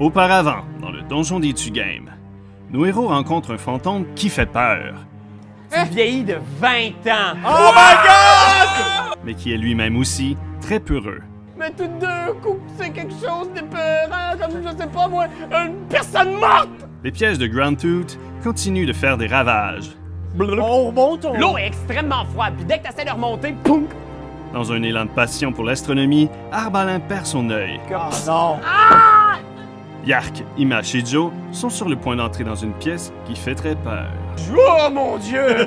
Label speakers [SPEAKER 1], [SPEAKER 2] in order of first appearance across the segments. [SPEAKER 1] Auparavant, dans le donjon des Tugames, nos héros rencontrent un fantôme qui fait peur,
[SPEAKER 2] Tu vieillis de 20 ans.
[SPEAKER 3] Oh my god!
[SPEAKER 1] mais qui est lui-même aussi très peureux.
[SPEAKER 2] Mais tout deux coups, c'est quelque chose de peurant, comme je sais pas moi, une personne morte!
[SPEAKER 1] Les pièges de Grand Tooth continuent de faire des ravages.
[SPEAKER 3] On remonte, on...
[SPEAKER 2] L'eau est extrêmement froide, puis dès que t'essaies de remonter, poum!
[SPEAKER 1] Dans un élan de passion pour l'astronomie, Arbalin perd son œil.
[SPEAKER 3] Oh non!
[SPEAKER 1] Yark, Image et Joe sont sur le point d'entrer dans une pièce qui fait très peur.
[SPEAKER 3] Oh mon dieu!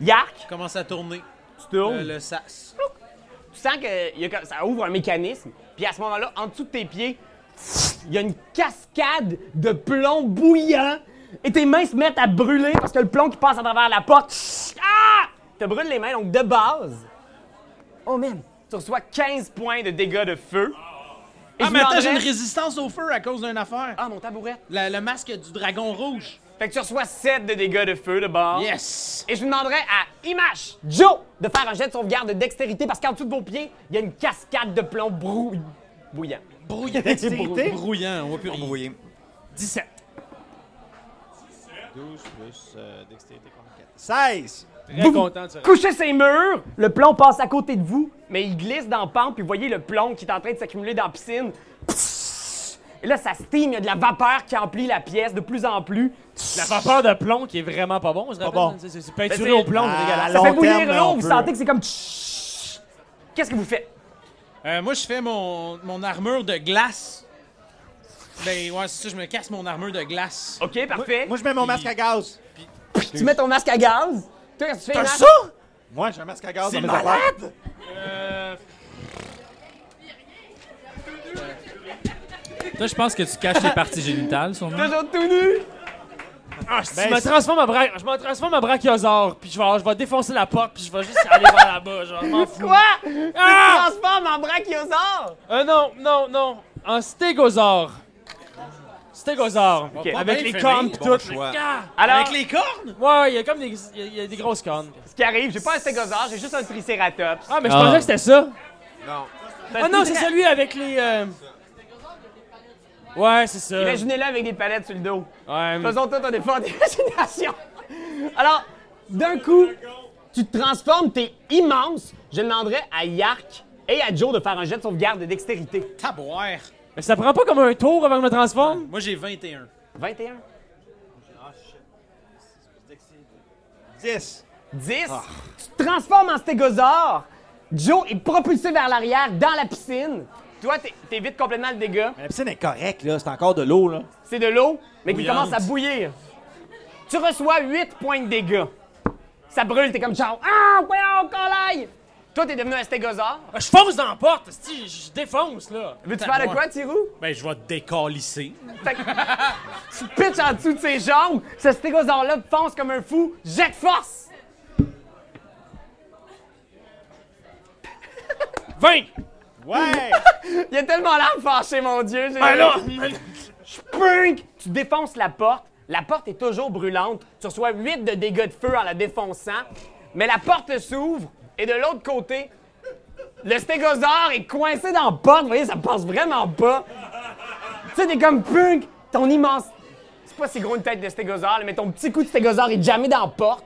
[SPEAKER 2] Yark,
[SPEAKER 4] commence à tourner
[SPEAKER 2] tu
[SPEAKER 3] Euh,
[SPEAKER 4] le,
[SPEAKER 2] tournes.
[SPEAKER 4] le sas.
[SPEAKER 2] Tu sens que y a comme- ça ouvre un mécanisme, puis à ce moment-là, en dessous de tes pieds, il y a une cascade de plomb bouillant, et tes mains se mettent à brûler parce que le plomb qui passe à travers la porte, ah! Te brûle les mains, donc de base, oh man, tu reçois 15 points de dégâts de feu. Et
[SPEAKER 4] Ah,
[SPEAKER 2] je
[SPEAKER 4] mais
[SPEAKER 2] me
[SPEAKER 4] attends, j'ai
[SPEAKER 2] rendrais-
[SPEAKER 4] une résistance au feu à cause d'une affaire.
[SPEAKER 2] Ah, mon tabouret.
[SPEAKER 4] La- le masque du dragon rouge.
[SPEAKER 2] Fait que tu reçois 7 de dégâts de feu de base.
[SPEAKER 4] Yes!
[SPEAKER 2] Et je vous demanderai à Image Joe de faire un jet de sauvegarde de dextérité parce qu'en dessous de vos pieds, il y a une cascade de plomb brou... bouillant.
[SPEAKER 4] Brouillant.
[SPEAKER 3] Dextérité?
[SPEAKER 4] Brouillant, on va plus rien.
[SPEAKER 3] Embrouillé.
[SPEAKER 2] 17.
[SPEAKER 4] 12 plus dextérité contre 4.
[SPEAKER 3] 16!
[SPEAKER 2] Boum!
[SPEAKER 4] content, tu
[SPEAKER 2] Couchez ses murs, le plomb passe à côté de vous, mais il glisse dans le pan, puis vous voyez le plomb qui est en train de s'accumuler dans la piscine. Psss! Et là, ça steam, il y a de la vapeur qui emplit la pièce de plus en plus.
[SPEAKER 5] La vapeur de plomb qui est vraiment pas bon, on se rappelle.
[SPEAKER 3] bon.
[SPEAKER 5] hein, C'est, c'est
[SPEAKER 2] Mais
[SPEAKER 5] peinturé
[SPEAKER 2] c'est-
[SPEAKER 5] au plomb,
[SPEAKER 3] Ah,
[SPEAKER 5] c'est dégueulasse.
[SPEAKER 2] Ça
[SPEAKER 3] long
[SPEAKER 2] fait bouillir
[SPEAKER 3] terme,
[SPEAKER 2] l'eau,
[SPEAKER 3] on
[SPEAKER 2] vous
[SPEAKER 3] peut.
[SPEAKER 2] sentez que c'est comme... Qu'est-ce que vous faites?
[SPEAKER 4] Euh, moi, je fais mon, mon armure de glace. Ben, ouais, c'est ça, je me casse mon armure de glace.
[SPEAKER 2] OK, parfait.
[SPEAKER 3] Moi, je mets mon masque à gaz.
[SPEAKER 2] tu mets ton masque à gaz. Toi, qu'est-ce que tu fais, Image?
[SPEAKER 3] Moi, j'ai un masque à gaz dans mes
[SPEAKER 4] malade!
[SPEAKER 3] affaires.
[SPEAKER 5] Toi, je pense que tu caches tes parties génitales, sûrement.
[SPEAKER 2] Deux autres tout nus!
[SPEAKER 5] Ah, je, me transforme en bra- je me transforme en brachiosaure, puis je vais, je vais défoncer la porte, puis je vais juste aller vers là-bas, genre, je m'en fous.
[SPEAKER 2] Quoi?
[SPEAKER 5] Ah!
[SPEAKER 2] Tu te transformes en brachiosaure?
[SPEAKER 5] Euh, non, non, non, en stégosaure. Stégosaure.
[SPEAKER 2] Ok.
[SPEAKER 4] Pas
[SPEAKER 5] Avec
[SPEAKER 4] bien
[SPEAKER 5] les
[SPEAKER 4] fini.
[SPEAKER 5] cornes pis
[SPEAKER 3] Bon
[SPEAKER 5] tout.
[SPEAKER 3] choix.
[SPEAKER 5] Ah!
[SPEAKER 2] Alors,
[SPEAKER 4] Avec les cornes?
[SPEAKER 5] Ouais, ouais, il y a comme des, il y a- il y a des grosses cornes.
[SPEAKER 2] ce qui arrive, j'ai pas un stégosaure, j'ai juste un tricératops.
[SPEAKER 5] Ah, mais je
[SPEAKER 6] Ah.
[SPEAKER 5] pensais que c'était ça.
[SPEAKER 2] T'as
[SPEAKER 5] Ah
[SPEAKER 2] un
[SPEAKER 5] non, c'est
[SPEAKER 2] tricéra-
[SPEAKER 5] celui avec les... euh, Ouais, c'est ça.
[SPEAKER 2] Imaginez-le avec des palettes sur le dos.
[SPEAKER 5] Ouais, mais-
[SPEAKER 2] Faisons tout un Mm. effort d'imagination. Alors, d'un coup, tu te transformes, t'es immense. Je demanderai à Yark et à Joe de faire un jet de sauvegarde de dextérité.
[SPEAKER 4] Taboire.
[SPEAKER 5] mais ça prend pas comme un tour avant que je me transforme?
[SPEAKER 4] Moi, j'ai 21.
[SPEAKER 2] 21.
[SPEAKER 3] 10.
[SPEAKER 2] 10. Tu te transformes en stégosaure. Joe est propulsé vers l'arrière dans la piscine. Toi, t'é- t'évites complètement le dégât.
[SPEAKER 3] Mais la piscine est correcte, là. C'est encore de l'eau, là.
[SPEAKER 2] C'est de l'eau, mais qui
[SPEAKER 4] Bouillante.
[SPEAKER 2] commence à bouillir. Tu reçois 8 points de dégâts. Ça brûle, t'es comme genre Ah, ouais, encore l'ail! Toi, t'es devenu un stégosaure.
[SPEAKER 5] Ah, Je fonce dans la porte, esti, je je défonce là.
[SPEAKER 2] Veux-tu faire de
[SPEAKER 4] moi.
[SPEAKER 2] quoi, Tirou?
[SPEAKER 4] Ben, je vais te décalisser.
[SPEAKER 2] Fait que tu te pitches en dessous de ses jambes, ce stégosaure-là fonce comme un fou, jette force!
[SPEAKER 5] 20!
[SPEAKER 3] Ouais! Euh,
[SPEAKER 2] Il a tellement l'air fâché, mon Dieu! j'ai- Spunk! Tu défonces la porte. La porte est toujours brûlante. Tu reçois 8 de dégâts de feu en la défonçant. Mais la porte s'ouvre et de l'autre côté, le stégosaure est coincé dans la porte. Vous voyez, ça passe vraiment pas. Tu sais, t'es comme Punk! Ton immense. C'est pas si gros une tête de stégosaure, là, mais ton petit coup de stégosaure est jammé dans la porte.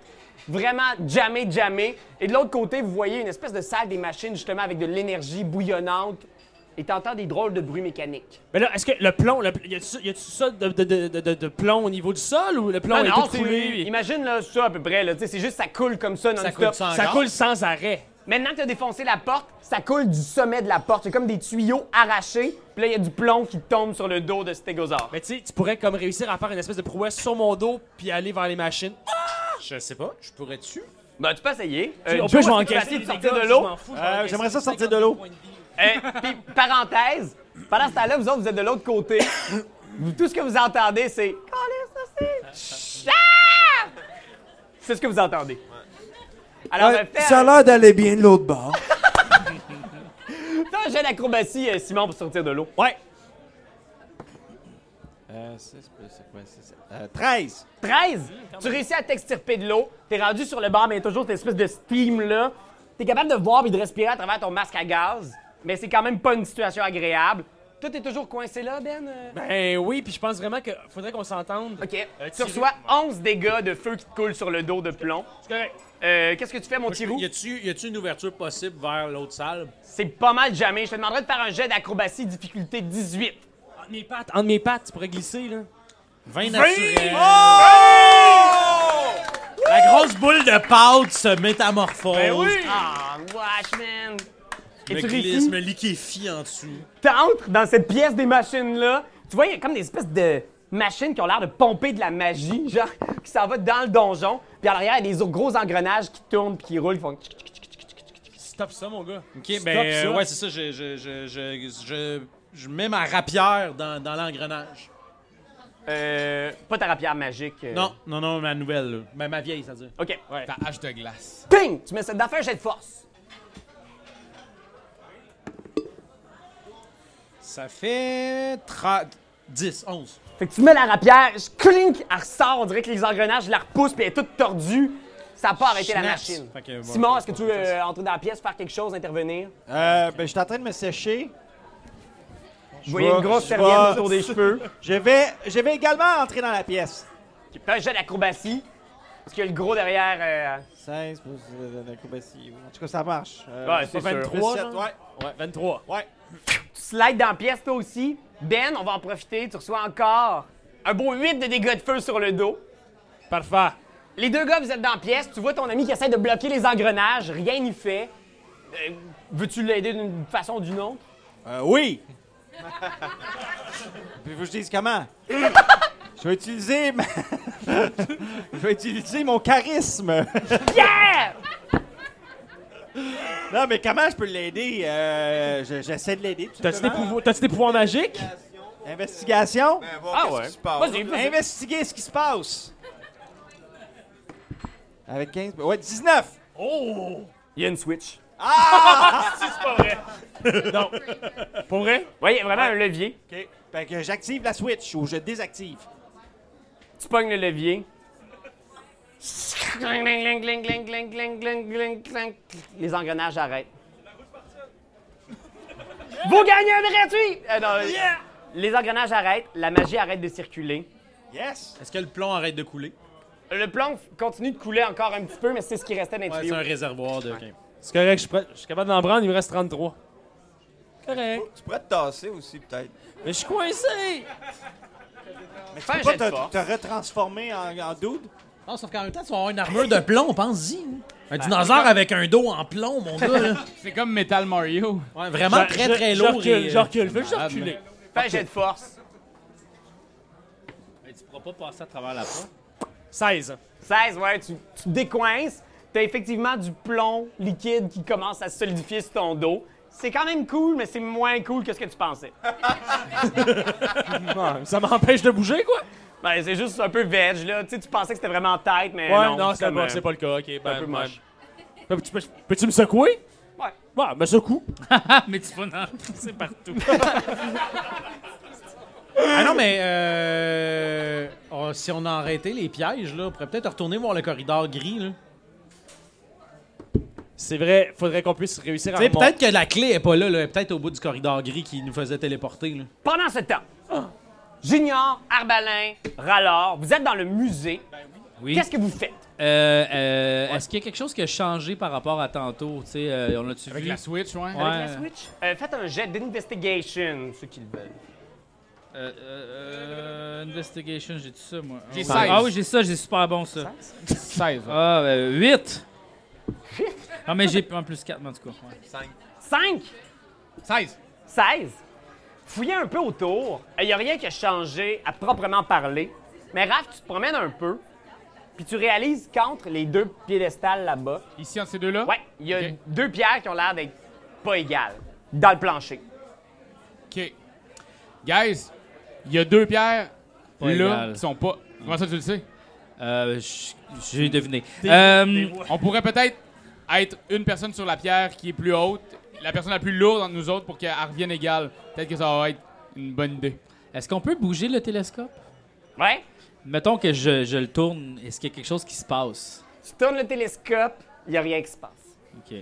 [SPEAKER 2] Vraiment jammé, jammé. Et de l'autre côté, vous voyez une espèce de salle des machines, justement, avec de l'énergie bouillonnante. Et t'entends des drôles de bruits mécaniques.
[SPEAKER 5] Mais là, est-ce que le plomb, le, y a-tu y a-tu ça de, de, de, de- de- de plomb au niveau du sol ou le plomb
[SPEAKER 2] Ah
[SPEAKER 5] est
[SPEAKER 2] non,
[SPEAKER 5] tout
[SPEAKER 2] c'est-
[SPEAKER 5] coulé?
[SPEAKER 2] Imagine là, ça à peu près. là, tu sais, C'est juste ça coule comme ça
[SPEAKER 4] Ça
[SPEAKER 2] non-stop.
[SPEAKER 4] coule sans
[SPEAKER 5] Ça coule sans arrêt.
[SPEAKER 2] Maintenant que tu as défoncé la porte, ça coule du sommet de la porte. C'est comme des tuyaux arrachés. Puis là, il y a du plomb qui tombe sur le dos de Stégosaure.
[SPEAKER 5] Mais tu sais, tu pourrais comme réussir à faire une espèce de prouesse sur mon dos puis aller vers les machines.
[SPEAKER 4] Je sais pas, je pourrais-tu?
[SPEAKER 2] Ben, tu peux essayer.
[SPEAKER 5] On
[SPEAKER 2] Joe,
[SPEAKER 5] peut jouer en
[SPEAKER 2] est-ce que tu vas essayer
[SPEAKER 5] question.
[SPEAKER 2] de sortir de l'eau.
[SPEAKER 3] Euh, J'aimerais ça sortir de l'eau.
[SPEAKER 2] Euh, Puis, parenthèse, pendant ce temps-là, vous autres, vous êtes de l'autre côté. Vous- Tout ce que vous entendez, c'est. Calais, ça, c'est- Ah! C'est ce que vous entendez. Alors, euh, fais
[SPEAKER 3] Ça a
[SPEAKER 2] un-
[SPEAKER 3] l'air d'aller bien de l'autre bord.
[SPEAKER 2] fais un jet d'acrobatie, euh, Simon, pour sortir de l'eau.
[SPEAKER 5] Ouais.
[SPEAKER 3] Euh, 6 plus, c'est quoi? 6, euh, 13!
[SPEAKER 2] 13! tu réussis à t'extirper de l'eau, t'es rendu sur le bord, mais il y a toujours cette espèce de steam-là. T'es capable de voir et de respirer à travers ton masque à gaz, mais c'est quand même pas une situation agréable. Toi, t'es toujours coincé là, Ben? euh?
[SPEAKER 5] Ben oui, puis je pense vraiment que faudrait qu'on s'entende.
[SPEAKER 2] OK. tu
[SPEAKER 4] Thierry-
[SPEAKER 2] reçois 11 dégâts de feu qui te coulent sur le dos de plomb.
[SPEAKER 5] C'est correct.
[SPEAKER 2] Euh, Qu'est-ce que tu fais, mon Tirou?
[SPEAKER 4] Y a-tu y a-tu une ouverture possible vers l'autre salle?
[SPEAKER 2] C'est pas mal jamais. Je te demanderais de faire un jet d'acrobatie difficulté 18.
[SPEAKER 5] Entre mes pattes, entre mes pattes, tu pourrais glisser, là.
[SPEAKER 4] 20 naturels.
[SPEAKER 2] Oh!
[SPEAKER 4] La grosse boule de pâte se métamorphose.
[SPEAKER 2] Ah, Watchman! Et
[SPEAKER 4] Me
[SPEAKER 2] tu
[SPEAKER 4] glisse,
[SPEAKER 2] réussis,
[SPEAKER 4] me liquéfie en dessous.
[SPEAKER 2] t'entres dans cette pièce des machines-là. Tu vois, il y a comme des espèces de machines qui ont l'air de pomper de la magie, genre, qui s'en va dans le donjon. Puis à l'arrière, il y a des gros engrenages qui tournent puis qui roulent, qui font... tchic, tchic, tchic, tchic, tchic.
[SPEAKER 5] Stop ça, mon gars.
[SPEAKER 4] Ok, ben euh, ouais, c'est ça. Je, je, je, je, je, je mets ma rapière dans, dans l'engrenage.
[SPEAKER 2] Euh, pas ta rapière magique. euh.
[SPEAKER 4] Non, non, non, ma nouvelle, là. Ben, ma vieille, ça veut dire.
[SPEAKER 2] OK.
[SPEAKER 6] Ta hache de glace.
[SPEAKER 2] Ping! Tu mets cette d'affaire, j'ai de force.
[SPEAKER 4] Ça fait 30, 10, 11.
[SPEAKER 2] Fait que tu mets la rapière, je clink, elle ressort, on dirait que les engrenages la repoussent, puis elle est toute tordue. Ça n'a pas arrêté la
[SPEAKER 4] Schnaps.
[SPEAKER 2] machine.
[SPEAKER 4] Fait que, bon,
[SPEAKER 2] Simon,
[SPEAKER 4] c'est
[SPEAKER 2] est-ce que
[SPEAKER 4] pas
[SPEAKER 2] tu veux euh, entrer dans la pièce, faire quelque chose, intervenir?
[SPEAKER 3] Euh, ben, je suis en train de me sécher.
[SPEAKER 2] Vous voyez une
[SPEAKER 3] vais-
[SPEAKER 2] grosse
[SPEAKER 3] je
[SPEAKER 2] serviette
[SPEAKER 3] vais-
[SPEAKER 2] autour des cheveux.
[SPEAKER 3] Je vais, je vais également entrer dans la pièce.
[SPEAKER 2] Fais un jet d'acrobatie, parce qu'il y a le gros derrière.
[SPEAKER 3] 16 plus euh, d'acrobatie. En tout cas, ça marche. Euh,
[SPEAKER 2] Ouais, c'est sûr.
[SPEAKER 5] 23,
[SPEAKER 3] Plus
[SPEAKER 5] genre?
[SPEAKER 3] sept, ouais.
[SPEAKER 5] Ouais, 23.
[SPEAKER 2] Tu slides dans la pièce, toi aussi. Ben, on va en profiter, tu reçois encore un beau 8 de dégâts de feu sur le dos.
[SPEAKER 5] Parfait.
[SPEAKER 2] Les deux gars, vous êtes dans la pièce, tu vois ton ami qui essaie de bloquer les engrenages, rien n'y fait. Euh, Veux-tu l'aider d'une façon ou d'une autre?
[SPEAKER 3] Euh, oui! Puis vous je dise comment? je vais utiliser ma- Je vais utiliser mon charisme!
[SPEAKER 2] Yeah!
[SPEAKER 3] non, mais comment je peux l'aider? Euh, je- J'essaie de l'aider. tout
[SPEAKER 5] T'as-tu des,
[SPEAKER 3] simplement.
[SPEAKER 5] pouvoirs- t'as-tu des pouvoirs magiques?
[SPEAKER 3] Investigation?
[SPEAKER 6] Ben, voir
[SPEAKER 2] Ah
[SPEAKER 6] qu'est-ce
[SPEAKER 2] ouais.
[SPEAKER 6] qui se passe.
[SPEAKER 2] Vas-y, vas-y.
[SPEAKER 3] Investiguer ce qui se passe! Avec 15. Ouais, 19!
[SPEAKER 2] Il y a une Switch.
[SPEAKER 5] Pour vrai?
[SPEAKER 2] Oui, il y a vraiment un levier.
[SPEAKER 3] OK. Fait que j'active la Switch ou je désactive.
[SPEAKER 2] Tu pognes le levier. Cling, cling, cling, cling, cling, cling, cling, cling, cling. Les engrenages arrêtent. Vous gagnez un gratuit! Euh, non, Les engrenages arrêtent, la magie arrête de circuler.
[SPEAKER 3] Yes!
[SPEAKER 4] Est-ce que le plomb arrête de couler?
[SPEAKER 2] Le plomb f- continue de couler encore un petit peu, mais c'est ce qui restait dans les
[SPEAKER 4] Ouais, c'est
[SPEAKER 2] tuyaux.
[SPEAKER 4] un réservoir de. ok.
[SPEAKER 5] C'est correct, je suis, prêt- je suis capable d'en prendre, il me reste 33. Correct.
[SPEAKER 6] Tu pourrais te tasser aussi, peut-être.
[SPEAKER 5] Mais je suis coincé!
[SPEAKER 3] Mais tu
[SPEAKER 2] Fais un
[SPEAKER 3] peux
[SPEAKER 2] jet
[SPEAKER 3] pas
[SPEAKER 2] de
[SPEAKER 3] te,
[SPEAKER 2] force.
[SPEAKER 3] te retransformer en, en dude?
[SPEAKER 4] Non, sauf qu'en même temps, tu vas avoir une armure de plomb, pense-y. hein. Un dinosaure avec un dos en plomb, mon gars. là.
[SPEAKER 6] Ben, C'est comme Metal Mario.
[SPEAKER 4] Ouais, vraiment
[SPEAKER 5] Je-
[SPEAKER 4] très,
[SPEAKER 5] je-
[SPEAKER 4] très
[SPEAKER 5] je
[SPEAKER 4] lourd.
[SPEAKER 5] recule,
[SPEAKER 4] et,
[SPEAKER 5] Je recule, fais juste
[SPEAKER 6] malade,
[SPEAKER 5] reculer.
[SPEAKER 2] Fais un jet de force.
[SPEAKER 4] Mais tu pourras pas passer à travers la porte.
[SPEAKER 5] 16.
[SPEAKER 2] 16, ouais, tu, tu décoinces. T'as effectivement du plomb liquide qui commence à se solidifier sur ton dos. C'est quand même cool, mais c'est moins cool que ce que tu pensais.
[SPEAKER 5] Ça m'empêche de bouger, quoi?
[SPEAKER 2] Ben, c'est juste un peu veg, là. Tu sais, tu pensais que c'était vraiment tête, mais
[SPEAKER 5] Ouais, Eh non,
[SPEAKER 2] non.
[SPEAKER 5] c'est,
[SPEAKER 2] comme,
[SPEAKER 5] pas,
[SPEAKER 2] euh,
[SPEAKER 5] c'est pas le cas, ok. Ben,
[SPEAKER 2] un peu moche.
[SPEAKER 5] ben, peux- peux- peux-tu me secouer?
[SPEAKER 2] Ouais.
[SPEAKER 5] Ouais, me secoue.
[SPEAKER 6] Mais tu vas en pousser partout.
[SPEAKER 4] Ah non, mais euh, oh, si on a arrêté les pièges, là, on pourrait peut-être retourner voir le corridor gris. Là.
[SPEAKER 5] C'est vrai, faudrait qu'on puisse
[SPEAKER 6] Ah,
[SPEAKER 5] réussir à
[SPEAKER 4] Tu sais,
[SPEAKER 5] remonter.
[SPEAKER 4] peut-être que la clé est pas là, là peut-être au bout du corridor gris qui nous faisait téléporter. Là.
[SPEAKER 2] Pendant ce temps, Junior, Arbalin, Rallor, vous êtes dans le musée.
[SPEAKER 5] Ben
[SPEAKER 6] Oui.
[SPEAKER 2] Qu'est-ce que vous faites?
[SPEAKER 7] Euh, euh, Est-ce qu'il y a quelque chose qui a changé par rapport à tantôt? Tu sais, euh, on l'a-tu
[SPEAKER 6] Avec
[SPEAKER 7] vu?
[SPEAKER 6] la Switch, ouais.
[SPEAKER 7] Ouais.
[SPEAKER 2] Avec la Switch? Euh, faites un jet d'investigation, ceux qui le veulent.
[SPEAKER 7] Euh, euh, euh, investigation, j'ai tout ça, moi.
[SPEAKER 6] J'ai
[SPEAKER 7] Ah,
[SPEAKER 6] 16.
[SPEAKER 7] Ah oui, j'ai ça, j'ai super bon, ça.
[SPEAKER 6] 16. ouais.
[SPEAKER 7] Ah, ben, 8! Non, mais j'ai en plus 4, en tout cas. ouais.
[SPEAKER 2] 5,
[SPEAKER 6] 16.
[SPEAKER 2] 16. Fouillez un peu autour. Il n'y a rien qui a changé à proprement parler. Mais Raph, tu te promènes un peu, puis tu réalises qu'entre les deux piédestals là-bas,
[SPEAKER 6] Ici, entre ces deux-là?
[SPEAKER 2] ouais, il y a
[SPEAKER 6] Ok.
[SPEAKER 2] deux pierres qui ont l'air d'être pas égales dans le plancher.
[SPEAKER 6] OK. Guys, il y a deux pierres
[SPEAKER 7] Pas
[SPEAKER 6] là
[SPEAKER 7] égales.
[SPEAKER 6] qui sont pas. Comment ça, tu le sais?
[SPEAKER 7] Euh, j- j'ai deviné. Euh,
[SPEAKER 6] On pourrait peut-être être une personne sur la pierre qui est plus haute, la personne la plus lourde entre nous autres pour qu'elle revienne égale. Peut-être que ça va être une bonne idée. Est-ce qu'on peut bouger le télescope?
[SPEAKER 2] Ouais?
[SPEAKER 6] Mettons que je, je le tourne, est-ce qu'il y a quelque chose qui se passe?
[SPEAKER 2] Tu tournes le télescope, il n'y a rien qui se passe.
[SPEAKER 6] OK.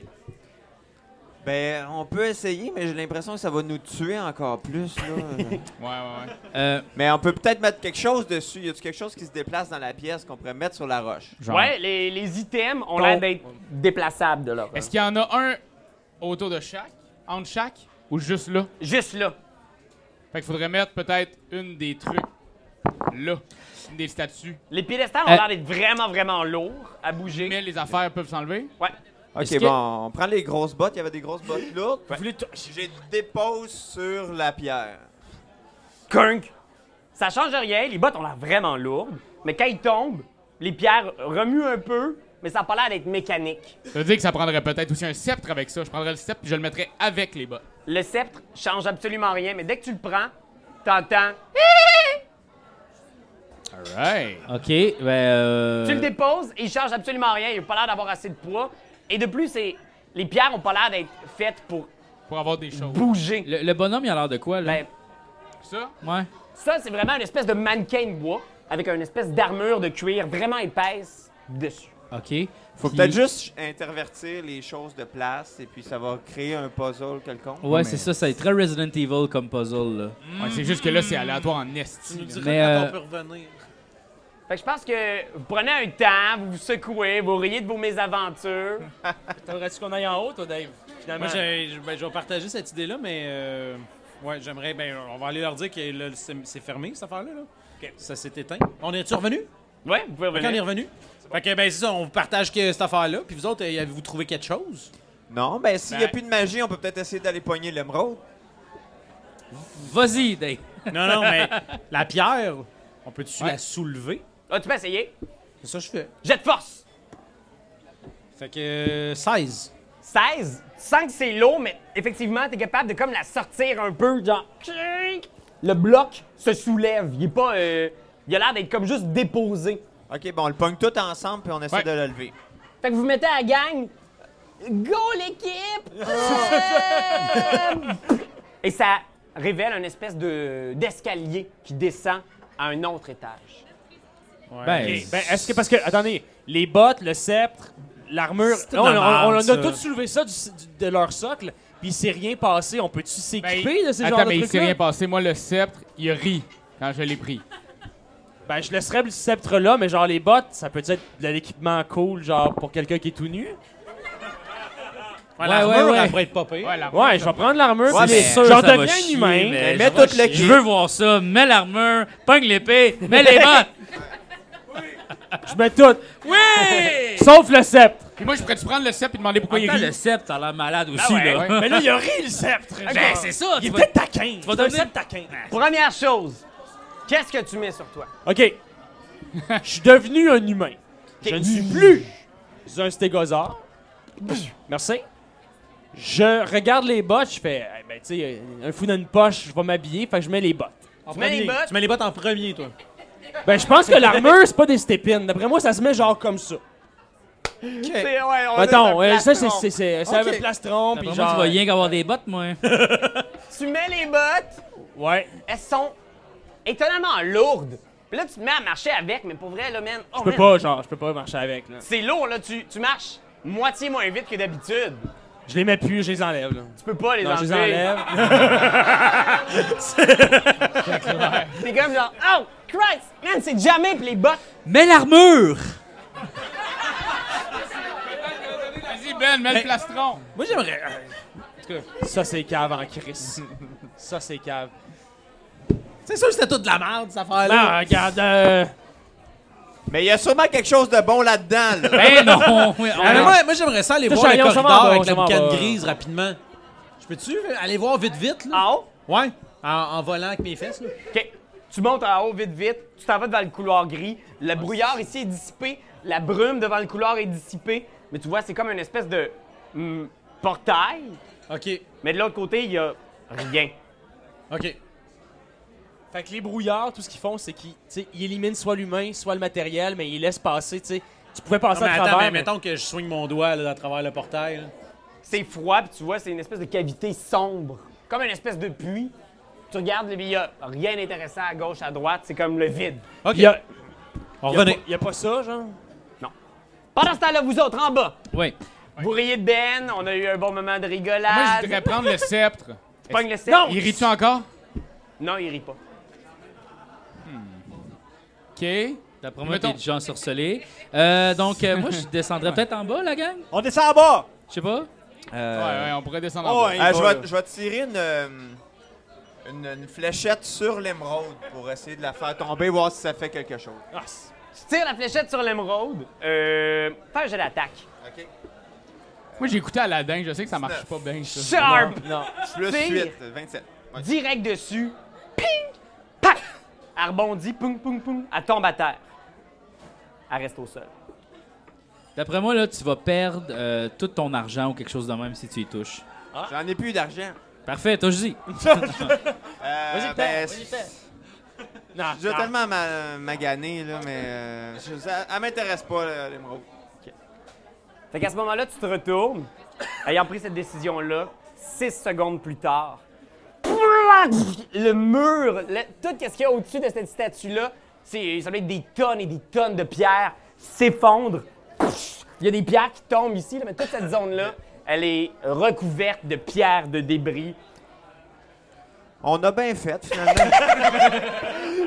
[SPEAKER 8] Ben, on peut essayer, mais j'ai l'impression que ça va nous tuer encore plus. Là.
[SPEAKER 7] Ouais, ouais, ouais.
[SPEAKER 6] Euh,
[SPEAKER 8] mais on peut peut-être mettre quelque chose dessus. Y a-t-il quelque chose qui se déplace dans la pièce qu'on pourrait mettre sur la roche?
[SPEAKER 7] Genre.
[SPEAKER 2] Ouais, les, les items ont l'air d'être déplaçables de là.
[SPEAKER 7] Est-ce qu'il y en a un autour de chaque, entre chaque, ou juste là?
[SPEAKER 2] Juste là.
[SPEAKER 7] Fait qu'il faudrait mettre peut-être une des trucs là, une des statues.
[SPEAKER 2] Les piédestals ont
[SPEAKER 6] Euh.
[SPEAKER 2] l'air d'être vraiment, vraiment lourds à bouger.
[SPEAKER 7] Mais les affaires peuvent s'enlever.
[SPEAKER 2] Ouais.
[SPEAKER 8] Ok,
[SPEAKER 6] Est-ce que-
[SPEAKER 8] bon, on prend les grosses bottes. Il y avait des grosses bottes lourdes.
[SPEAKER 5] Vous voulez tout-
[SPEAKER 8] Je les dépose sur la pierre.
[SPEAKER 2] Kunk! Ça change rien, les bottes ont l'air vraiment lourdes, mais quand ils tombent, les pierres remuent un peu, mais ça n'a pas l'air d'être mécanique.
[SPEAKER 7] Ça veut dire que ça prendrait peut-être aussi un sceptre avec ça. Je prendrais le sceptre puis je le mettrais avec les bottes.
[SPEAKER 2] Le sceptre change absolument rien, mais dès que tu le prends, t'entends.
[SPEAKER 7] Alright.
[SPEAKER 6] OK, ben... euh,
[SPEAKER 2] Tu le déposes, il change absolument rien, il n'a pas l'air d'avoir assez de poids. Et de plus, c'est- les pierres ont pas l'air d'être faites pour
[SPEAKER 7] Pour avoir des choses.
[SPEAKER 2] bouger.
[SPEAKER 6] le, le bonhomme, il a l'air de quoi, là?
[SPEAKER 2] Ben,
[SPEAKER 7] Ça,
[SPEAKER 6] ouais.
[SPEAKER 2] ça, c'est vraiment une espèce de mannequin de bois avec une espèce d'armure de cuir vraiment épaisse dessus.
[SPEAKER 6] OK.
[SPEAKER 8] Faut peut-être juste intervertir les choses de place et puis ça va créer un puzzle quelconque.
[SPEAKER 6] Ouais, c'est ça, c'est très Resident Evil comme puzzle, là.
[SPEAKER 7] ouais, c'est juste que là, c'est aléatoire en esti. là.
[SPEAKER 6] Mais,
[SPEAKER 4] quand
[SPEAKER 6] euh,
[SPEAKER 4] on peut revenir.
[SPEAKER 2] Fait que je pense que vous prenez un temps, vous vous secouez, vous riez de vos mésaventures.
[SPEAKER 5] T'aimerais-tu qu'on aille en haut, toi, Dave? Finalement.
[SPEAKER 4] Moi, j'ai- je, ben, je vais partager cette idée-là, mais euh, ouais, j'aimerais. Ben, on va aller leur dire que là, c'est c'est fermé, cette affaire-là. là. Ça s'est éteint. On est-tu revenu?
[SPEAKER 2] Ouais, vous pouvez
[SPEAKER 4] Quand on est
[SPEAKER 2] revenir.
[SPEAKER 4] revenu? Fait que, ben, c'est ça, on vous partage que cette affaire-là. Puis vous autres, euh, avez-vous trouvé quelque chose?
[SPEAKER 8] Non, ben s'il n'y a
[SPEAKER 7] Ben-
[SPEAKER 8] plus de magie, on peut peut-être essayer d'aller pogner l'émeraude.
[SPEAKER 6] Vas-y, Dave.
[SPEAKER 4] Non, non, mais la pierre, on peut-tu
[SPEAKER 7] Ouais.
[SPEAKER 4] la soulever?
[SPEAKER 2] Ah, tu peux essayer.
[SPEAKER 4] C'est ça que je fais.
[SPEAKER 2] Jet de force!
[SPEAKER 4] Fait que euh, 16.
[SPEAKER 2] 16. Tu sens que c'est lourd, mais effectivement, t'es capable de comme la sortir un peu, genre... clink. Le bloc se soulève. Il est pas... euh, il a l'air d'être comme juste déposé.
[SPEAKER 8] Ok, bon, on le pogne tout ensemble puis on essaie
[SPEAKER 7] Ouais.
[SPEAKER 8] de le lever.
[SPEAKER 2] Fait que vous mettez à la gang... Go l'équipe! Euh, Et ça révèle une espèce de d'escalier qui descend à un autre étage.
[SPEAKER 5] Ben, ben, est-ce que parce que attendez, les bottes, le sceptre, l'armure,
[SPEAKER 4] C'est
[SPEAKER 5] on, on,
[SPEAKER 4] de la merde,
[SPEAKER 5] on a
[SPEAKER 4] ça.
[SPEAKER 5] tout soulevé ça du- du- de leur socle, puis il s'est rien passé. On peut-tu
[SPEAKER 7] Ben,
[SPEAKER 5] s'équiper de ces
[SPEAKER 7] Attends,
[SPEAKER 5] genres
[SPEAKER 7] mais
[SPEAKER 5] de
[SPEAKER 7] il
[SPEAKER 5] trucs
[SPEAKER 7] s'est rien passé. Moi, le sceptre, il a ri quand je l'ai pris.
[SPEAKER 5] Ben, je laisserais le sceptre là, mais genre les bottes, ça peut être de l'équipement cool, genre pour quelqu'un qui est tout nu.
[SPEAKER 4] Ouais,
[SPEAKER 6] ouais, ouais.
[SPEAKER 4] elle pourrait être pas pire.
[SPEAKER 7] Ouais, la
[SPEAKER 5] Ouais, je vais prendre l'armure,
[SPEAKER 6] Ouais,
[SPEAKER 5] puis
[SPEAKER 6] mais sûr,
[SPEAKER 5] j'en
[SPEAKER 6] ça va
[SPEAKER 5] deviens un
[SPEAKER 6] chier,
[SPEAKER 5] humain.
[SPEAKER 6] mais
[SPEAKER 8] mets
[SPEAKER 6] ça va
[SPEAKER 8] tout le
[SPEAKER 6] chier.
[SPEAKER 8] kit.
[SPEAKER 6] Je veux voir ça. Mets l'armure, pogne l'épée, mets les bottes.
[SPEAKER 5] Je mets tout,
[SPEAKER 6] Oui!
[SPEAKER 5] sauf le sceptre.
[SPEAKER 7] Puis moi, je pourrais-tu prendre le sceptre et demander pourquoi il
[SPEAKER 6] Attends, le
[SPEAKER 7] rit?
[SPEAKER 6] sceptre, t'as l'air malade aussi,
[SPEAKER 2] ouais,
[SPEAKER 6] là.
[SPEAKER 7] ouais.
[SPEAKER 5] mais là, il a ri le sceptre.
[SPEAKER 6] Ah Ben,
[SPEAKER 5] genre.
[SPEAKER 6] c'est ça, tu
[SPEAKER 5] il
[SPEAKER 6] vas-
[SPEAKER 5] était taquin. Tu
[SPEAKER 6] vas
[SPEAKER 5] un
[SPEAKER 6] donner-
[SPEAKER 5] sceptre taquin.
[SPEAKER 2] Première chose, qu'est-ce que tu mets sur toi?
[SPEAKER 5] Ok, je suis devenu un humain. Je ne suis plus un stégosaure. Merci. Je regarde les bottes, je fais, Eh ben, tu sais, un fou dans une poche, je vais m'habiller, fait que je mets les bottes.
[SPEAKER 4] En
[SPEAKER 2] Tu mets les
[SPEAKER 4] premier.
[SPEAKER 2] bottes.
[SPEAKER 4] Tu mets les bottes en premier, toi.
[SPEAKER 5] Ben, je pense que l'armure, c'est pas des stépines. D'après moi, ça se met genre comme ça.
[SPEAKER 2] C'est- ouais, on
[SPEAKER 5] Mettons,
[SPEAKER 2] est un
[SPEAKER 5] euh, ça, c'est
[SPEAKER 2] plastron.
[SPEAKER 5] c'est- c'est- c'est avec plastron,
[SPEAKER 6] Puis
[SPEAKER 5] puis
[SPEAKER 6] moi,
[SPEAKER 5] genre.
[SPEAKER 6] tu vas rien qu'avoir des bottes, moi.
[SPEAKER 2] Tu mets les bottes,
[SPEAKER 5] euh, Ouais.
[SPEAKER 2] elles sont étonnamment lourdes. Puis là, tu te mets à marcher avec, mais pour vrai, là, man. oh,
[SPEAKER 5] Je peux
[SPEAKER 2] man,
[SPEAKER 5] pas, genre, je peux pas marcher avec, là.
[SPEAKER 2] C'est lourd, là. Tu, tu marches moitié moins vite que d'habitude.
[SPEAKER 5] Je les mets plus, je les enlève, là.
[SPEAKER 2] Tu peux pas les
[SPEAKER 5] Non, je
[SPEAKER 2] enlever.
[SPEAKER 5] les enlève.
[SPEAKER 2] T'es comme genre, oh, Christ, man, c'est jamais, puis les bottes.
[SPEAKER 6] Mets l'armure!
[SPEAKER 7] Vas-y, Ben, mets le plastron.
[SPEAKER 4] Moi, j'aimerais. euh,
[SPEAKER 5] Ça, c'est cave en Chris. Ça, c'est cave.
[SPEAKER 4] C'est sûr que c'était toute de la merde, cette affaire-là.
[SPEAKER 5] Non, regarde, euh,
[SPEAKER 8] Mais il y a sûrement quelque chose de bon là-dedans. Là.
[SPEAKER 6] Ben non! oui, on-
[SPEAKER 4] Ah, mais moi, moi, j'aimerais ça aller
[SPEAKER 5] euh, Touche
[SPEAKER 4] voir
[SPEAKER 5] à
[SPEAKER 4] le
[SPEAKER 5] rien, on s'en
[SPEAKER 4] corridor
[SPEAKER 5] va, on
[SPEAKER 4] avec la
[SPEAKER 5] s'en va.
[SPEAKER 4] canne grise rapidement. Je peux-tu euh, aller voir vite, vite, là?
[SPEAKER 2] En haut.
[SPEAKER 5] Ah.
[SPEAKER 4] Ouais. En, en volant avec mes fesses, là.
[SPEAKER 2] OK. Tu montes en haut, vite, vite. Tu t'en vas devant le couloir gris. Le brouillard ici est dissipé. La brume devant le couloir est dissipée. Mais tu vois, c'est comme une espèce de hum, portail.
[SPEAKER 4] OK.
[SPEAKER 2] Mais de l'autre côté, il y a rien.
[SPEAKER 4] OK.
[SPEAKER 5] Fait que les brouillards, tout ce qu'ils font, c'est qu'ils tu sais, ils éliminent soit l'humain, soit le matériel, mais ils laissent passer, tu sais. Tu pouvais passer
[SPEAKER 4] Non, mais
[SPEAKER 5] à
[SPEAKER 4] attends,
[SPEAKER 5] travers.
[SPEAKER 4] mais
[SPEAKER 5] mais-
[SPEAKER 4] mettons que je soigne mon doigt là, à travers le portail. là.
[SPEAKER 2] C'est froid, puis tu vois, c'est une espèce de cavité sombre. Comme une espèce de puits. Tu regardes, il n'y a rien d'intéressant à gauche, à droite. C'est comme le vide.
[SPEAKER 4] OK.
[SPEAKER 5] Il y a,
[SPEAKER 4] On
[SPEAKER 5] il y a
[SPEAKER 4] revenait.
[SPEAKER 5] pas- il y a pas ça, genre?
[SPEAKER 2] Pendant ce temps-là, vous autres, en bas,
[SPEAKER 7] Oui.
[SPEAKER 2] vous riez de Ben. On a eu un bon moment de rigolade.
[SPEAKER 6] Moi, je voudrais prendre le sceptre.
[SPEAKER 2] Tu pognes le sceptre.
[SPEAKER 6] Il rit-tu encore?
[SPEAKER 2] Non, il rit pas.
[SPEAKER 6] OK.
[SPEAKER 7] D'après moi,
[SPEAKER 6] Mettons-
[SPEAKER 7] t'es déjà ensorcelé. Euh, donc, euh, moi, je descendrais peut-être en bas, la gang.
[SPEAKER 3] On descend en bas!
[SPEAKER 7] Je sais pas.
[SPEAKER 6] Ouais, ouais, on pourrait descendre en
[SPEAKER 3] Oh,
[SPEAKER 6] bas.
[SPEAKER 3] il
[SPEAKER 8] Ah,
[SPEAKER 3] va,
[SPEAKER 8] je,
[SPEAKER 3] là.
[SPEAKER 8] vais, je vais tirer une, euh, une, une fléchette sur l'émeraude pour essayer de la faire tomber, voir si ça fait quelque chose.
[SPEAKER 2] Tu tires la fléchette sur l'émeraude. Euh. Fais un jet d'attaque.
[SPEAKER 8] OK?
[SPEAKER 6] Moi, j'ai écouté Aladdin, je sais que ça marche pas bien, ça.
[SPEAKER 2] Sharp!
[SPEAKER 8] Plus
[SPEAKER 2] Tire.
[SPEAKER 8] 8, 27. Ouais.
[SPEAKER 2] Direct dessus. Ping! Pac! Elle rebondit. Poum, poum, poum. Elle tombe à terre. Elle reste au sol.
[SPEAKER 7] D'après moi, là, tu vas perdre euh, tout ton argent ou quelque chose de même si tu y touches.
[SPEAKER 8] J'en ai plus d'argent.
[SPEAKER 7] Parfait, touche-y.
[SPEAKER 8] Euh,
[SPEAKER 5] Vas-y,
[SPEAKER 8] ben,
[SPEAKER 5] fais, vas-y,
[SPEAKER 8] je-
[SPEAKER 5] Non,
[SPEAKER 8] Je vais
[SPEAKER 5] non.
[SPEAKER 8] tellement ma- maganer, là, mais euh, je- ça, elle m'intéresse pas, là, l'émeraude.
[SPEAKER 2] Fait qu'à ce moment-là, tu te retournes, ayant pris cette décision-là, six secondes plus tard, le mur, le- tout ce qu'il y a au-dessus de cette statue-là, c'est, ça doit être des tonnes et des tonnes de pierres s'effondrent. Il y a des pierres qui tombent ici, là, mais toute cette zone-là, elle est recouverte de pierres, de débris.
[SPEAKER 8] On a bien fait, finalement.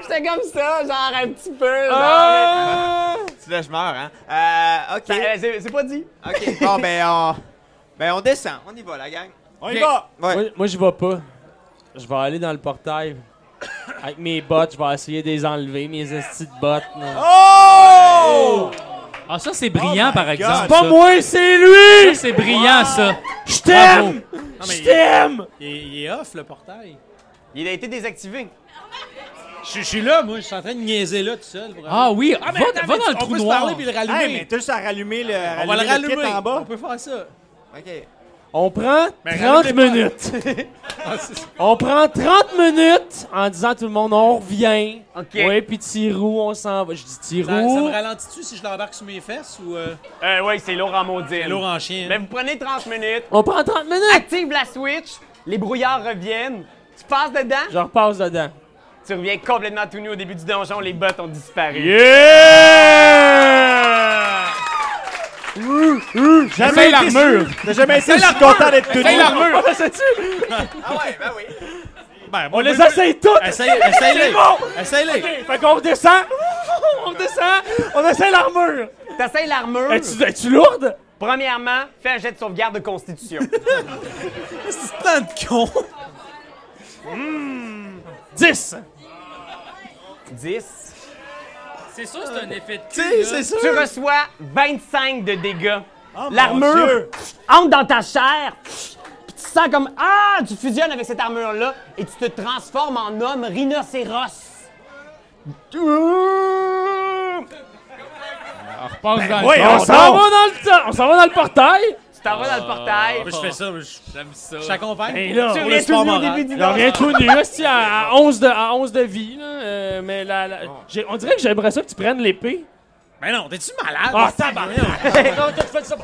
[SPEAKER 2] J'étais comme ça, genre un petit peu. genre,
[SPEAKER 8] tu là, je meurs, hein? Euh, OK.
[SPEAKER 2] mais- Ça, euh, c'est, c'est pas dit.
[SPEAKER 8] OK. Bon, ben, on... ben, on descend. On y va, la gang.
[SPEAKER 3] On y va!
[SPEAKER 8] Ouais.
[SPEAKER 5] Moi, moi, j'y vais pas. Je vais aller dans le portail. Avec mes bottes, je vais essayer de les enlever, mes estis de bottes. là.
[SPEAKER 3] Oh!
[SPEAKER 7] Ah, ça, c'est brillant,
[SPEAKER 4] Oh
[SPEAKER 3] my
[SPEAKER 7] par
[SPEAKER 3] God.
[SPEAKER 7] exemple.
[SPEAKER 5] Pas
[SPEAKER 7] ça.
[SPEAKER 5] moi, c'est lui!
[SPEAKER 7] Ça, c'est brillant, ça.
[SPEAKER 5] Je t'aime!
[SPEAKER 4] Non, mais
[SPEAKER 5] Je
[SPEAKER 4] il-
[SPEAKER 5] t'aime!
[SPEAKER 4] il, est- il est off, le portail.
[SPEAKER 2] Il a été désactivé.
[SPEAKER 4] Je, je suis là, moi, je suis en train de niaiser là tout seul. pour
[SPEAKER 7] Ah
[SPEAKER 4] aller.
[SPEAKER 7] oui,
[SPEAKER 4] mais
[SPEAKER 7] va,
[SPEAKER 4] attends,
[SPEAKER 7] va
[SPEAKER 4] mais
[SPEAKER 7] dans le
[SPEAKER 4] on
[SPEAKER 7] trou
[SPEAKER 4] peut se
[SPEAKER 7] noir.
[SPEAKER 4] parler puis le rallumer.
[SPEAKER 3] Hey, mais t'as juste à rallumer le,
[SPEAKER 8] Ah,
[SPEAKER 4] on va le
[SPEAKER 3] kit
[SPEAKER 4] rallumer.
[SPEAKER 3] en bas.
[SPEAKER 4] On peut faire ça.
[SPEAKER 8] OK.
[SPEAKER 5] On prend
[SPEAKER 4] Mais Ah,
[SPEAKER 5] 30
[SPEAKER 4] rallume les
[SPEAKER 5] minutes. on prend 30 minutes en disant à tout le monde, on revient.
[SPEAKER 2] OK.
[SPEAKER 5] Ouais, puis Tirou, on s'en va. Je dis
[SPEAKER 4] Ça, ça
[SPEAKER 5] Tirou.
[SPEAKER 4] me ralentit-tu si je l'embarque sur mes fesses ou euh,
[SPEAKER 2] Euh, ouais, c'est lourd en maudit.
[SPEAKER 4] lourd en chien?
[SPEAKER 2] Mais vous prenez 30 minutes.
[SPEAKER 5] On prend 30 minutes.
[SPEAKER 2] active la Switch, les brouillards reviennent, tu passes dedans,
[SPEAKER 5] Je repasse dedans.
[SPEAKER 2] tu reviens complètement tout nu au début du donjon, les bottes ont disparu.
[SPEAKER 3] Jamais
[SPEAKER 6] Essaye
[SPEAKER 3] été sûr.
[SPEAKER 6] l'armure.
[SPEAKER 3] T'as jamais essayé, je suis content d'être tenu.
[SPEAKER 6] Essaye l'armure!
[SPEAKER 8] Ah ouais, ben oui.
[SPEAKER 4] Ben,
[SPEAKER 5] On
[SPEAKER 4] moi,
[SPEAKER 5] les
[SPEAKER 4] moi,
[SPEAKER 5] essaye toutes.
[SPEAKER 4] Essaye, essaye-les! Essaye-les!
[SPEAKER 5] Fait qu'on redescend. on descend. On essaie l'armure.
[SPEAKER 2] T'essayes l'armure,
[SPEAKER 5] Es-tu es-tu lourde?
[SPEAKER 2] premièrement, fais un jet de sauvegarde de constitution.
[SPEAKER 4] C'est plein de cons!
[SPEAKER 5] 10.
[SPEAKER 2] 10.
[SPEAKER 7] C'est sûr, c'est un effet de
[SPEAKER 4] Tu sais, c'est Oh ça!
[SPEAKER 2] Tu reçois 25 de dégâts.
[SPEAKER 3] mon
[SPEAKER 2] L'armure
[SPEAKER 3] Dieu.
[SPEAKER 2] entre dans ta chair, puis tu sens comme Ah, tu fusionnes avec cette armure-là et tu te transformes en homme rhinocéros.
[SPEAKER 6] On repasse dans
[SPEAKER 3] Oui,
[SPEAKER 6] le
[SPEAKER 5] On
[SPEAKER 3] on
[SPEAKER 5] s'en va
[SPEAKER 3] sort!
[SPEAKER 5] dans le temps. On s'en va dans le portail.
[SPEAKER 2] Tu t'en vas dans le
[SPEAKER 7] Ah.
[SPEAKER 2] portail.
[SPEAKER 4] Moi, je fais ça, moi, je
[SPEAKER 7] J'aime ça.
[SPEAKER 4] t'accompagne.
[SPEAKER 5] Et là,
[SPEAKER 2] Tu
[SPEAKER 4] Pour
[SPEAKER 2] reviens
[SPEAKER 4] le
[SPEAKER 2] tout
[SPEAKER 4] sport
[SPEAKER 2] nu au
[SPEAKER 4] moral.
[SPEAKER 2] début du
[SPEAKER 5] J'en
[SPEAKER 2] donjon.
[SPEAKER 5] reviens tout nu, hostie, à, à 11 de, à 11 de vie. Là. euh, mais la, la- j'ai- on dirait que j'aimerais ça que tu prennes l'épée.
[SPEAKER 4] Mais non, t'es-tu malade?
[SPEAKER 5] Ah, tabarnak!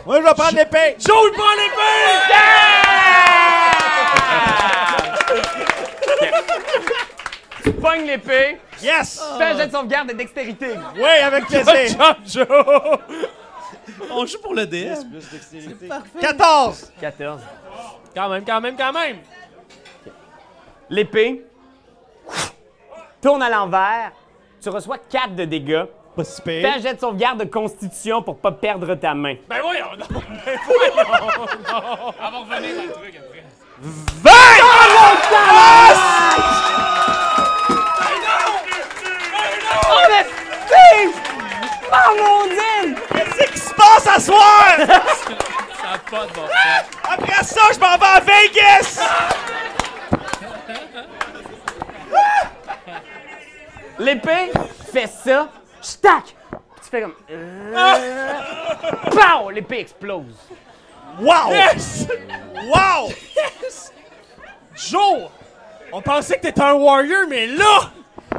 [SPEAKER 3] Moi, je vais prendre l'épée!
[SPEAKER 5] Joe, il prend l'épée!
[SPEAKER 2] Pogne l'épée,
[SPEAKER 3] Yes!
[SPEAKER 2] fais un jet de sauvegarde de dextérité.
[SPEAKER 3] Oui, avec plaisir!
[SPEAKER 5] Job, Joe!
[SPEAKER 4] On joue pour le DS.
[SPEAKER 3] 14!
[SPEAKER 2] 14.
[SPEAKER 5] Quand même, quand même, quand même!
[SPEAKER 2] L'épée tourne à l'envers, tu reçois 4 de dégâts.
[SPEAKER 3] Pas si
[SPEAKER 2] Fais
[SPEAKER 3] pire.
[SPEAKER 2] un jet de sauvegarde de constitution pour pas perdre ta main.
[SPEAKER 5] Ben voyons, non!
[SPEAKER 6] On va revenir dans le truc après. Ben
[SPEAKER 2] Oh, mais Steve! Oh, mon Dieu!
[SPEAKER 3] Qu'est-ce qui se passe à soir?
[SPEAKER 7] Ça a pas de bon sens.
[SPEAKER 3] Après ça, je m'en vais à Vegas!
[SPEAKER 2] L'épée fait ça, stack! Tu fais comme. euh, Pow! L'épée explose.
[SPEAKER 3] Wow! Wow!
[SPEAKER 5] Joe! On pensait que t'étais un warrior, mais là!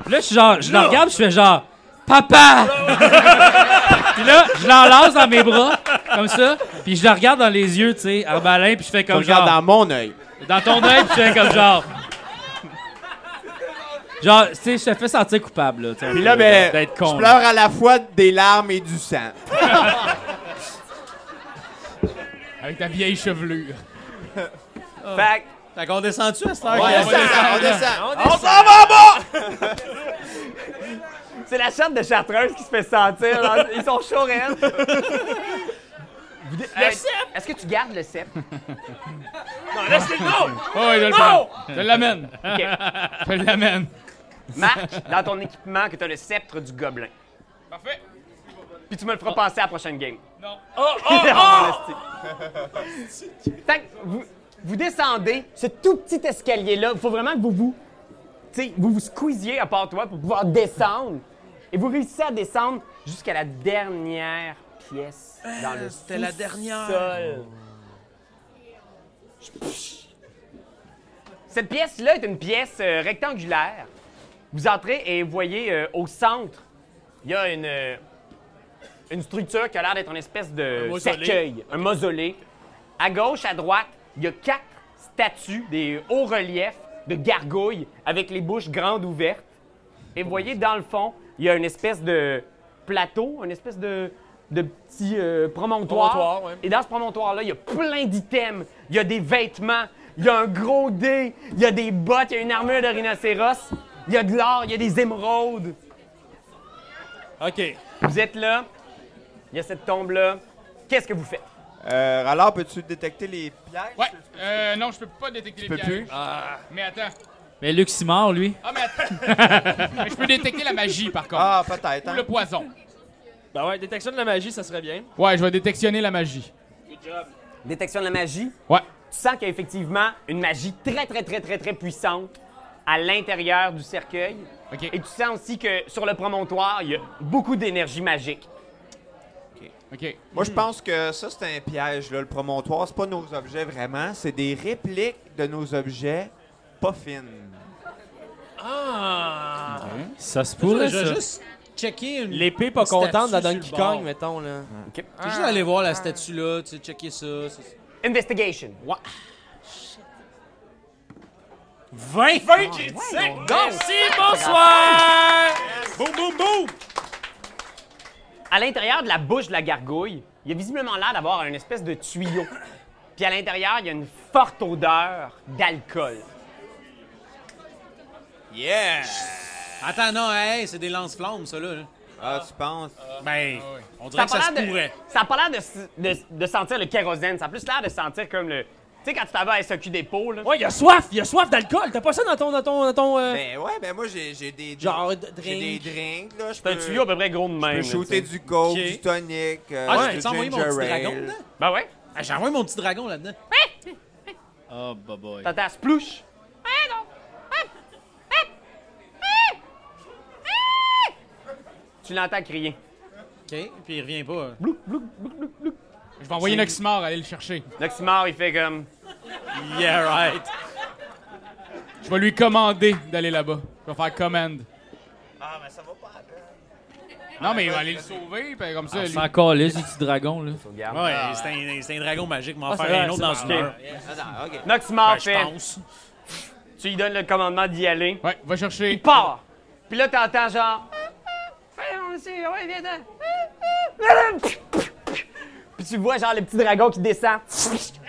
[SPEAKER 7] Là, je suis genre, je le regarde, je fais genre, papa! puis là, je l'enlace dans mes bras, comme ça, puis je le regarde dans les yeux, tu sais, arbalin, puis je fais comme
[SPEAKER 8] Regarde
[SPEAKER 7] genre,
[SPEAKER 8] dans mon œil.
[SPEAKER 7] dans... ton œil, puis je fais comme genre. Genre, tu sais, je te fais sentir coupable, là. tu sais, euh,
[SPEAKER 8] Puis là, ben,
[SPEAKER 7] D'être
[SPEAKER 8] je
[SPEAKER 7] con.
[SPEAKER 8] pleure à la fois des larmes et du sang.
[SPEAKER 6] Avec ta vieille chevelure. Ah.
[SPEAKER 2] Fait que-
[SPEAKER 4] Fait qu'on descend-tu à cette heure?
[SPEAKER 8] On
[SPEAKER 4] Guillaume?
[SPEAKER 8] descend, on descend.
[SPEAKER 2] C'est la chatte de Chartreuse qui se fait sentir. là. Ils sont chauds, réels. Le cep! Est-ce que tu gardes le cep?
[SPEAKER 6] Oh, ouais, je le prends. Je l'amène. Je l'amène.
[SPEAKER 2] Marc, dans ton équipement, que t'as le sceptre du gobelin.
[SPEAKER 6] Parfait.
[SPEAKER 2] Puis tu me
[SPEAKER 4] Ah.
[SPEAKER 2] le feras penser à la prochaine game.
[SPEAKER 6] Non.
[SPEAKER 2] Fait que vous, vous descendez ce tout petit escalier-là. Il faut vraiment que vous vous, tu sais, vous vous squeeziez à part toi pour pouvoir descendre. Et vous réussissez à descendre jusqu'à la dernière pièce dans le
[SPEAKER 4] Euh, c'était la dernière.
[SPEAKER 2] sous-sol. Cette pièce-là est une pièce euh, rectangulaire. Vous entrez et vous voyez euh, au centre, il y a une, euh, une structure qui a l'air d'être une espèce de
[SPEAKER 4] mausolée.
[SPEAKER 2] cercueil, un mausolée. À gauche, à droite, il y a quatre statues, des hauts reliefs de gargouilles avec les bouches grandes ouvertes. Et vous voyez, dans le fond, il y a une espèce de plateau, une espèce de, de petit euh, promontoire.
[SPEAKER 4] Promontoire, ouais.
[SPEAKER 2] Et dans ce promontoire-là, il y a plein d'items. Il y a des vêtements, il y a un gros dé, il y a des bottes, il y a une armure de rhinocéros, il y a de l'or, il y a des émeraudes.
[SPEAKER 5] OK.
[SPEAKER 2] Vous êtes là, il y a cette tombe-là. Qu'est-ce que vous faites?
[SPEAKER 8] Euh, alors, peux-tu détecter les pièges?
[SPEAKER 6] Ouais. Euh, non, je peux pas détecter les
[SPEAKER 8] peux
[SPEAKER 6] pièges. Ah. Mais attends.
[SPEAKER 7] Mais Luc Simard, lui.
[SPEAKER 6] Ah, mais attends. mais je peux détecter la magie, par contre.
[SPEAKER 8] Ah, peut-être.
[SPEAKER 6] Ou
[SPEAKER 8] hein.
[SPEAKER 6] le poison.
[SPEAKER 5] Ben ouais, détection de la magie, ça serait bien.
[SPEAKER 6] Ouais, je vais détectionner la magie.
[SPEAKER 2] Détection de la magie.
[SPEAKER 6] Ouais.
[SPEAKER 2] Tu sens qu'il y a effectivement une magie très, très, très, très, très puissante à l'intérieur du cercueil.
[SPEAKER 6] OK.
[SPEAKER 2] Et tu sens aussi que sur le promontoire, il y a beaucoup d'énergie magique.
[SPEAKER 6] OK.
[SPEAKER 8] Moi, je pense que ça, c'est un piège. Là. Le promontoire, c'est pas nos objets vraiment, c'est des répliques de nos objets pas fines.
[SPEAKER 5] Ça se
[SPEAKER 4] Je
[SPEAKER 5] pourrait,
[SPEAKER 4] vais
[SPEAKER 5] ça.
[SPEAKER 4] juste checker une...
[SPEAKER 5] L'épée pas contente dans
[SPEAKER 4] Statue
[SPEAKER 5] Donkey
[SPEAKER 4] sur le
[SPEAKER 5] Kong,
[SPEAKER 4] bord.
[SPEAKER 5] mettons, là.
[SPEAKER 4] Je vais juste aller voir la statue là, tu sais, checker ça. ça, ça.
[SPEAKER 2] Investigation.
[SPEAKER 5] 20! 20 Merci, bonsoir! Boum, boum, boum!
[SPEAKER 2] À l'intérieur de la bouche de la gargouille, il y a visiblement l'air d'avoir une espèce de tuyau. Puis à l'intérieur, il y a une forte odeur d'alcool.
[SPEAKER 8] Yeah!
[SPEAKER 4] Attends, non, hey, c'est des lance-flammes, ça là. là.
[SPEAKER 8] Ah, tu penses?
[SPEAKER 4] Ben, on dirait que
[SPEAKER 2] a
[SPEAKER 4] ça
[SPEAKER 2] pas
[SPEAKER 4] se
[SPEAKER 2] l'air de-
[SPEAKER 4] pourrait.
[SPEAKER 2] ça a pas l'air de, s- de- de sentir le kérosène. Ça a plus l'air de sentir comme le. Tu sais, quand tu t'en vas à SQ dépôt, là.
[SPEAKER 5] Ouais, il a soif! Il a soif d'alcool! T'as pas ça dans ton... Dans ton, dans ton euh,
[SPEAKER 8] Ben ouais, ben moi, j'ai j'ai des...
[SPEAKER 5] Genre de
[SPEAKER 8] J'ai des
[SPEAKER 5] drink.
[SPEAKER 8] drinks, là. Je
[SPEAKER 2] C'est un
[SPEAKER 8] peux-
[SPEAKER 2] tuyau ben, à peu près gros de
[SPEAKER 8] Euh, Je
[SPEAKER 2] même.
[SPEAKER 8] peux
[SPEAKER 2] là,
[SPEAKER 8] shooter
[SPEAKER 2] tu sais.
[SPEAKER 8] du coke,
[SPEAKER 4] Ok.
[SPEAKER 8] du tonic, euh,
[SPEAKER 4] Ah, j'ai
[SPEAKER 8] du
[SPEAKER 4] dû envoyer mon petit
[SPEAKER 8] ginger
[SPEAKER 4] dragon
[SPEAKER 8] ale.
[SPEAKER 4] dedans.
[SPEAKER 2] Ben ouais.
[SPEAKER 4] Ah, j'ai envoyé mon petit dragon là-dedans.
[SPEAKER 6] Oh, bah boy.
[SPEAKER 2] T'entends splouche. Tu l'entends crier.
[SPEAKER 4] OK, puis il revient pas.
[SPEAKER 6] Je vais envoyer Noximor aller le chercher.
[SPEAKER 2] L'oxymore, il fait comme.
[SPEAKER 4] Yeah, right.
[SPEAKER 6] Je vais lui commander d'aller là-bas. Je vais faire commande.
[SPEAKER 8] Ah, mais ça va pas. hein.
[SPEAKER 6] Non, mais il va aller le sauver, puis comme ça, lui.
[SPEAKER 7] Ah, C'est encore là, du petit dragon, là.
[SPEAKER 2] Regarde.
[SPEAKER 4] Ouais, c'est un, c'est un dragon magique, m'en
[SPEAKER 7] Ah,
[SPEAKER 5] c'est
[SPEAKER 4] faire
[SPEAKER 5] vrai,
[SPEAKER 4] un autre
[SPEAKER 5] c'est
[SPEAKER 4] dans
[SPEAKER 5] bon.
[SPEAKER 4] une heure.
[SPEAKER 8] Attends, OK.
[SPEAKER 2] Noxymore
[SPEAKER 4] Ben, je
[SPEAKER 2] fait.
[SPEAKER 4] pense.
[SPEAKER 2] Tu lui donnes le commandement d'y aller.
[SPEAKER 6] Ouais, va chercher.
[SPEAKER 2] Il part. Puis là, t'entends genre. Voyons, monsieur, ouais, viens-t'en. Puis tu vois genre le petit dragon qui descend.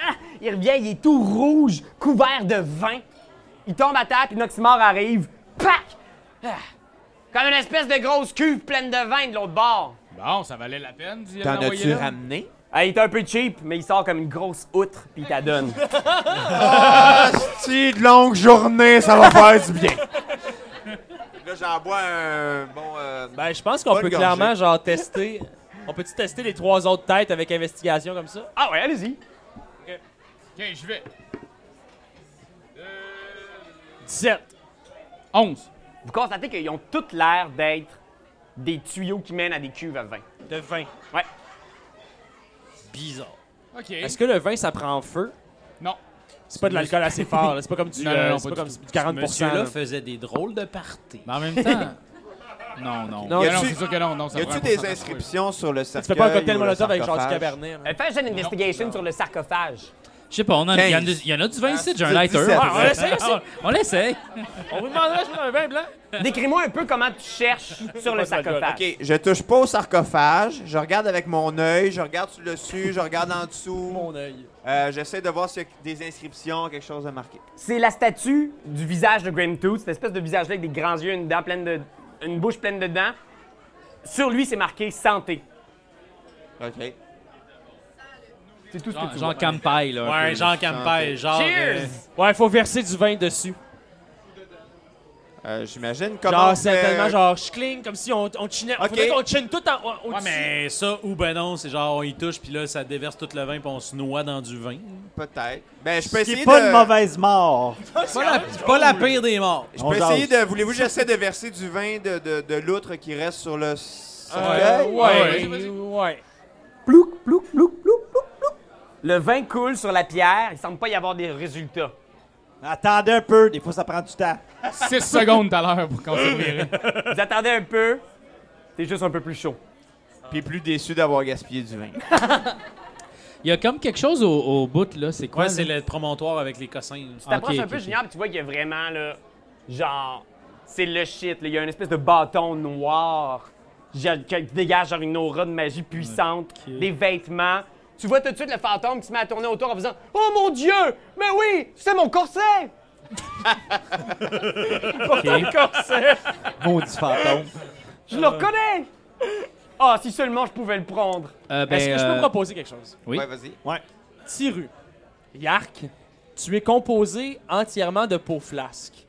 [SPEAKER 2] Ah! Il revient, il est tout rouge, couvert de vin. Il tombe à terre, puis Noxymore arrive. Pac! Ah! Comme une espèce de grosse cuve pleine de vin de l'autre bord.
[SPEAKER 6] Bon, ça valait la peine d'y
[SPEAKER 8] T'en
[SPEAKER 6] l'envoyer
[SPEAKER 8] as-tu
[SPEAKER 6] là.
[SPEAKER 8] ramené?
[SPEAKER 2] Ah, il est un peu cheap, mais il sort comme une grosse outre, puis il t'adonne.
[SPEAKER 8] Si, de longue journée, ça va faire du bien. Là, j'en bois un bon... euh,
[SPEAKER 5] Ben, je pense qu'on
[SPEAKER 8] Bonne
[SPEAKER 5] peut
[SPEAKER 8] gorgée.
[SPEAKER 5] clairement, genre, tester... On peut-tu tester les trois autres têtes avec investigation comme ça?
[SPEAKER 2] ah ouais, allez-y.
[SPEAKER 6] Ok, je vais.
[SPEAKER 5] 17!
[SPEAKER 6] 11.
[SPEAKER 2] Vous constatez qu'ils ont toutes l'air d'être des tuyaux qui mènent à des cuves à vin.
[SPEAKER 5] De 20.
[SPEAKER 2] Ouais.
[SPEAKER 5] Bizarre.
[SPEAKER 6] Ok.
[SPEAKER 5] Est-ce que le vin, ça prend en feu?
[SPEAKER 6] Non.
[SPEAKER 5] C'est pas de l'alcool assez fort, là. C'est pas comme du...
[SPEAKER 6] Non, non, non,
[SPEAKER 5] euh, c'est
[SPEAKER 6] pas
[SPEAKER 5] pas
[SPEAKER 6] du
[SPEAKER 5] comme
[SPEAKER 6] tout.
[SPEAKER 5] du 40
[SPEAKER 4] Monsieur-là
[SPEAKER 5] là.
[SPEAKER 4] faisait des drôles de parties.
[SPEAKER 6] Mais en même temps. non, non.
[SPEAKER 5] Non,
[SPEAKER 6] Non,
[SPEAKER 8] y
[SPEAKER 6] non,
[SPEAKER 8] a-tu-
[SPEAKER 6] c'est sûr que non. non ça
[SPEAKER 8] Y
[SPEAKER 6] prend un
[SPEAKER 8] a-tu des
[SPEAKER 6] pourcentage.
[SPEAKER 8] inscriptions sur le cercueil
[SPEAKER 5] Tu fais pas un
[SPEAKER 8] ou
[SPEAKER 5] cocktail
[SPEAKER 8] le
[SPEAKER 5] molotov avec genre du
[SPEAKER 8] sarcophage?
[SPEAKER 5] cabernet, là.
[SPEAKER 2] Euh, Fais un jeu d'investigation sur le sarcophage.
[SPEAKER 7] Je sais pas, on en- il y, en a-
[SPEAKER 8] 15.
[SPEAKER 7] il y en a du vin ici, j'ai un
[SPEAKER 8] 17,
[SPEAKER 7] lighter.
[SPEAKER 8] Ah,
[SPEAKER 5] on l'essaye aussi.
[SPEAKER 7] Ah, on l'essaye.
[SPEAKER 5] On vous demandera si vous avez un vin blanc.
[SPEAKER 2] Décris-moi un peu comment tu cherches sur le sarcophage.
[SPEAKER 8] OK, je touche pas au sarcophage. Je regarde avec mon œil. Je regarde sur le dessus. Je regarde en dessous.
[SPEAKER 5] Mon œil.
[SPEAKER 8] Euh, J'essaie de voir s'il y a des inscriptions, quelque chose de marqué.
[SPEAKER 2] C'est la statue du visage de Grim Tooth, cette espèce de visage-là avec des grands yeux, une, dent pleine de, une bouche pleine de dents. Sur lui, c'est marqué santé.
[SPEAKER 8] OK.
[SPEAKER 2] C'est tout ce que
[SPEAKER 7] Genre,
[SPEAKER 2] tu
[SPEAKER 7] genre
[SPEAKER 2] vois.
[SPEAKER 7] campagne, là. un
[SPEAKER 4] Ouais,
[SPEAKER 7] peu.
[SPEAKER 4] Jean
[SPEAKER 7] Ah,
[SPEAKER 4] Campagne, genre. euh,
[SPEAKER 2] Cheers!
[SPEAKER 5] Ouais, faut verser du vin dessus.
[SPEAKER 8] Euh, J'imagine comment. on
[SPEAKER 4] Ah,
[SPEAKER 5] Genre,
[SPEAKER 8] fait-
[SPEAKER 5] c'est tellement genre, je cligne comme si on, on chinait.
[SPEAKER 8] Ok.
[SPEAKER 5] Faudrait qu'on chine tout en. au- au-dessus.
[SPEAKER 4] Ouais, mais ça, ou ben non, c'est genre on y touche, puis là, ça déverse tout le vin, puis on se noie dans du vin.
[SPEAKER 8] Peut-être. Ben, je peux
[SPEAKER 3] Qui
[SPEAKER 8] essayer
[SPEAKER 3] est pas
[SPEAKER 8] de.
[SPEAKER 3] une mauvaise mort.
[SPEAKER 4] Pas la, pas la pire des morts.
[SPEAKER 8] Je
[SPEAKER 3] On
[SPEAKER 8] peux essayer
[SPEAKER 3] jase.
[SPEAKER 8] de. Voulez-vous que j'essaie de verser du vin de, de, de l'outre qui reste sur le.
[SPEAKER 5] Euh,
[SPEAKER 8] cercueil?
[SPEAKER 5] ouais,
[SPEAKER 6] Ouais.
[SPEAKER 5] ouais. ouais.
[SPEAKER 2] Plouc, plouc, plouc, plouc, plouc, plouc. Le vin coule sur la pierre, il semble pas y avoir des résultats.
[SPEAKER 3] Attendez un peu, des fois ça prend du temps.
[SPEAKER 6] 6 secondes tout à l'heure pour qu'on se revire.
[SPEAKER 2] Vous attendez un peu, c'est juste un peu plus chaud.
[SPEAKER 8] Puis plus déçu d'avoir gaspillé du vin.
[SPEAKER 7] Il y a comme quelque chose au, au bout, là. C'est quoi?
[SPEAKER 4] Ouais,
[SPEAKER 7] là?
[SPEAKER 4] c'est le promontoire avec les cossins.
[SPEAKER 2] Tu t'approches
[SPEAKER 7] ok,
[SPEAKER 2] un
[SPEAKER 7] ok,
[SPEAKER 2] peu,
[SPEAKER 7] ok.
[SPEAKER 2] Junior, puis tu vois qu'il y a vraiment, là, genre, c'est le shit. là. Il y a une espèce de bâton noir genre, qui dégage genre une aura de magie puissante, des vêtements. Tu vois tout de suite le fantôme qui se met à tourner autour en faisant « Oh mon Dieu! Mais oui! C'est mon corset!
[SPEAKER 3] Maudit fantôme.
[SPEAKER 2] Je le reconnais! Ah, si seulement je pouvais le prendre!
[SPEAKER 7] Euh, ben,
[SPEAKER 5] Est-ce que je peux
[SPEAKER 7] euh,
[SPEAKER 5] me proposer quelque chose?
[SPEAKER 7] Oui.
[SPEAKER 8] Ouais, vas-y.
[SPEAKER 5] Tiru, Yark, tu es composé entièrement de peau flasque.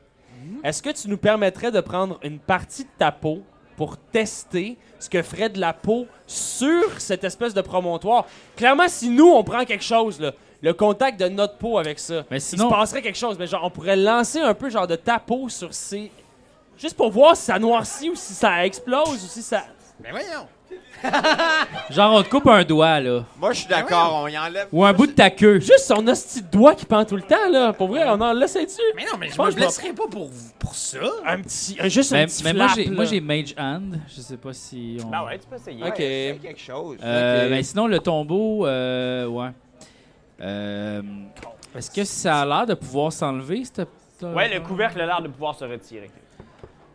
[SPEAKER 5] Est-ce que tu nous permettrais de prendre une partie de ta peau pour tester ce que ferait de la peau sur cette espèce de promontoire? Clairement, si nous, on prend quelque chose, là, le contact de notre peau avec ça,
[SPEAKER 7] Mais
[SPEAKER 5] il
[SPEAKER 7] sinon-
[SPEAKER 5] se passerait quelque chose. Mais genre, on pourrait lancer un peu genre de ta peau sur ces... Juste pour voir si ça noircit ou si ça explose ou si ça...
[SPEAKER 4] Mais Ben voyons!
[SPEAKER 7] Genre, on te coupe un doigt, là.
[SPEAKER 8] Moi, je suis d'accord.
[SPEAKER 3] Ah
[SPEAKER 8] On y enlève.
[SPEAKER 7] Ou un bout de ta queue.
[SPEAKER 5] Juste son hostie de doigt qui pend tout le temps, là. Pour vrai, on en laissait dessus.
[SPEAKER 4] Mais Ben non, mais je me
[SPEAKER 5] pense que je vais-
[SPEAKER 4] blesserais pas pour, pour ça!
[SPEAKER 5] Un petit, un- juste
[SPEAKER 7] Mais,
[SPEAKER 5] un petit
[SPEAKER 7] mais moi,
[SPEAKER 5] flap,
[SPEAKER 7] j'ai-
[SPEAKER 5] là.
[SPEAKER 7] moi, j'ai Mage Hand. Je sais pas si on.
[SPEAKER 2] Ben ouais, tu peux essayer.
[SPEAKER 5] Ok.
[SPEAKER 8] Ouais, fais quelque chose.
[SPEAKER 7] Euh,
[SPEAKER 5] Ok.
[SPEAKER 7] ben, sinon, le tombeau, euh, ouais. Euh, Est-ce que ça a l'air de pouvoir s'enlever, cette.
[SPEAKER 2] Ouais, le couvercle a l'air de pouvoir se retirer.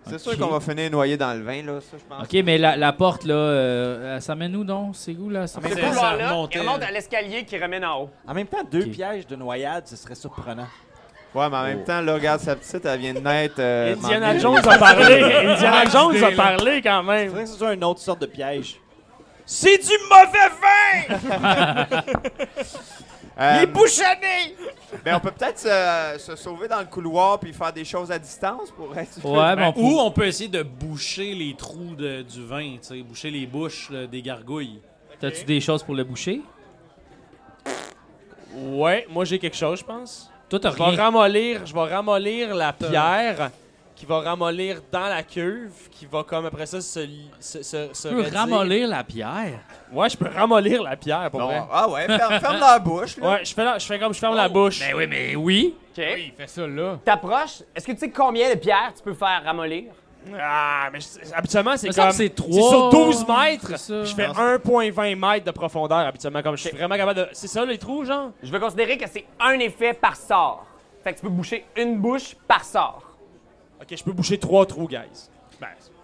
[SPEAKER 8] C'est
[SPEAKER 7] ok.
[SPEAKER 8] sûr qu'on va finir noyé dans le vin, là. Ça, je pense.
[SPEAKER 7] Ok, mais la, la porte, là, euh, ça mène où donc C'est où, là ça
[SPEAKER 4] mais
[SPEAKER 2] Ce
[SPEAKER 4] c'est-
[SPEAKER 7] mène-
[SPEAKER 4] ça
[SPEAKER 2] couloir-là,
[SPEAKER 4] remontait,
[SPEAKER 2] il remonte
[SPEAKER 4] là.
[SPEAKER 2] à l'escalier qui ramène en haut.
[SPEAKER 3] En même temps, deux
[SPEAKER 7] Ok.
[SPEAKER 3] pièges de noyade, ce serait surprenant.
[SPEAKER 8] Ouais, mais en
[SPEAKER 3] Oh.
[SPEAKER 8] même temps, là, regarde sa petite, elle vient de naître. euh,
[SPEAKER 5] Indiana
[SPEAKER 8] m'emmener.
[SPEAKER 5] Jones a parlé. Indiana
[SPEAKER 6] Ouais,
[SPEAKER 5] Jones
[SPEAKER 6] idée,
[SPEAKER 5] a
[SPEAKER 6] là.
[SPEAKER 5] parlé quand
[SPEAKER 3] Il
[SPEAKER 5] même.
[SPEAKER 3] faudrait que ce soit une autre sorte de piège.
[SPEAKER 5] C'est du mauvais vin!
[SPEAKER 8] Euh,
[SPEAKER 5] bouchonné!
[SPEAKER 8] ben, on peut peut-être se, se sauver dans le couloir puis faire des choses à distance pour être.
[SPEAKER 7] Ouais,
[SPEAKER 5] Ben,
[SPEAKER 7] bon.
[SPEAKER 4] Ou on peut essayer de boucher les trous de- du vin, tu sais, boucher les bouches euh, des gargouilles.
[SPEAKER 7] T'as-tu des choses pour le boucher
[SPEAKER 5] Ouais, moi j'ai quelque chose, je pense.
[SPEAKER 7] Toi, t'as
[SPEAKER 5] Je vais
[SPEAKER 7] rien.
[SPEAKER 5] ramollir, je vais ramollir la
[SPEAKER 4] Euh.
[SPEAKER 5] pierre qui va ramollir dans la cuve, qui va comme après ça se. li- se, se, se
[SPEAKER 7] Tu peux
[SPEAKER 5] redire.
[SPEAKER 7] ramollir la pierre.
[SPEAKER 5] Ouais, je peux ramollir la pierre pour
[SPEAKER 8] Non.
[SPEAKER 5] vrai.
[SPEAKER 8] Ah ouais, ferme, ferme la bouche, là.
[SPEAKER 5] Ouais, je fais, la- je fais comme je ferme
[SPEAKER 4] Oh.
[SPEAKER 5] la bouche.
[SPEAKER 7] Ben oui, mais oui.
[SPEAKER 2] OK.
[SPEAKER 6] Il fait ça là.
[SPEAKER 2] T'approches. Est-ce que tu sais combien de pierres tu peux faire ramollir?
[SPEAKER 5] Ah, mais je- habituellement, c'est
[SPEAKER 7] Me
[SPEAKER 5] comme.
[SPEAKER 7] semble que c'est trois.
[SPEAKER 5] sur 12 mètres.
[SPEAKER 7] C'est ça.
[SPEAKER 5] Je fais 1,20 mètres de profondeur habituellement. Comme je suis vraiment capable de. C'est ça les trous, genre?
[SPEAKER 2] Je vais considérer que c'est un effet par sort. Fait que tu peux boucher une bouche par sort.
[SPEAKER 5] Ok, je peux boucher 3 trous, guys.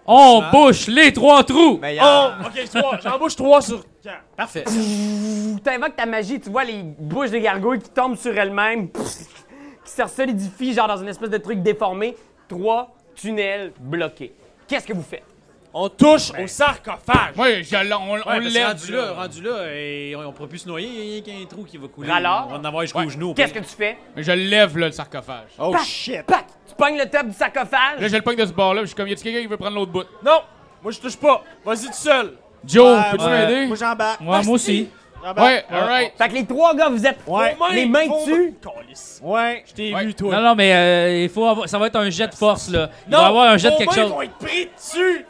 [SPEAKER 7] On bouche les trois trous.
[SPEAKER 8] Mais il y
[SPEAKER 5] Oh,
[SPEAKER 8] a-
[SPEAKER 5] ok, trois. J'embauche 3 sur.
[SPEAKER 4] Parfait.
[SPEAKER 2] Ou t'invoques ta magie, tu vois les bouches des gargouilles qui tombent sur elles-mêmes, pff, qui se solidifient genre dans une espèce de truc déformé. Trois tunnels bloqués. Qu'est-ce que vous faites?
[SPEAKER 5] On touche au sarcophage.
[SPEAKER 6] Moi, je l'- on, on
[SPEAKER 4] On l'a
[SPEAKER 6] lève.
[SPEAKER 4] rendu là, rendu là, et on, on pourra plus se noyer, il y a qu'un trou qui va couler.
[SPEAKER 2] Rallard.
[SPEAKER 4] On va en avoir jusqu'au
[SPEAKER 6] Ouais.
[SPEAKER 4] genou. au
[SPEAKER 2] Qu'est-ce que
[SPEAKER 4] pire.
[SPEAKER 2] tu fais?
[SPEAKER 6] Je lève là, le sarcophage.
[SPEAKER 3] Oh
[SPEAKER 2] Pac,
[SPEAKER 3] shit!
[SPEAKER 2] pac! Tu pognes le top du
[SPEAKER 6] Là,
[SPEAKER 2] sarcophage.
[SPEAKER 6] je le pogne de ce bord là. Je suis comme, y a quelqu'un qui veut prendre l'autre bout?
[SPEAKER 5] Non, moi je touche pas. Vas-y tout seul.
[SPEAKER 6] Joe,
[SPEAKER 3] Ouais,
[SPEAKER 6] peux-tu
[SPEAKER 3] ouais.
[SPEAKER 6] m'aider?
[SPEAKER 3] Moi j'embarque.
[SPEAKER 7] Moi, moi aussi.
[SPEAKER 3] J'embarque.
[SPEAKER 6] Ouais, alright.
[SPEAKER 2] Fait que les trois gars, vous êtes
[SPEAKER 3] Ouais.
[SPEAKER 2] les mains dessus.
[SPEAKER 5] Calisse.
[SPEAKER 3] Ouais.
[SPEAKER 5] Je t'ai
[SPEAKER 6] Ouais.
[SPEAKER 5] vu, toi.
[SPEAKER 7] Non, non, mais euh, il faut avoir- ça va être un jet de force, là. Il
[SPEAKER 5] Non,
[SPEAKER 7] va y avoir un jet de
[SPEAKER 5] vos
[SPEAKER 7] quelque
[SPEAKER 5] mains
[SPEAKER 7] chose.
[SPEAKER 5] vont être pris dessus.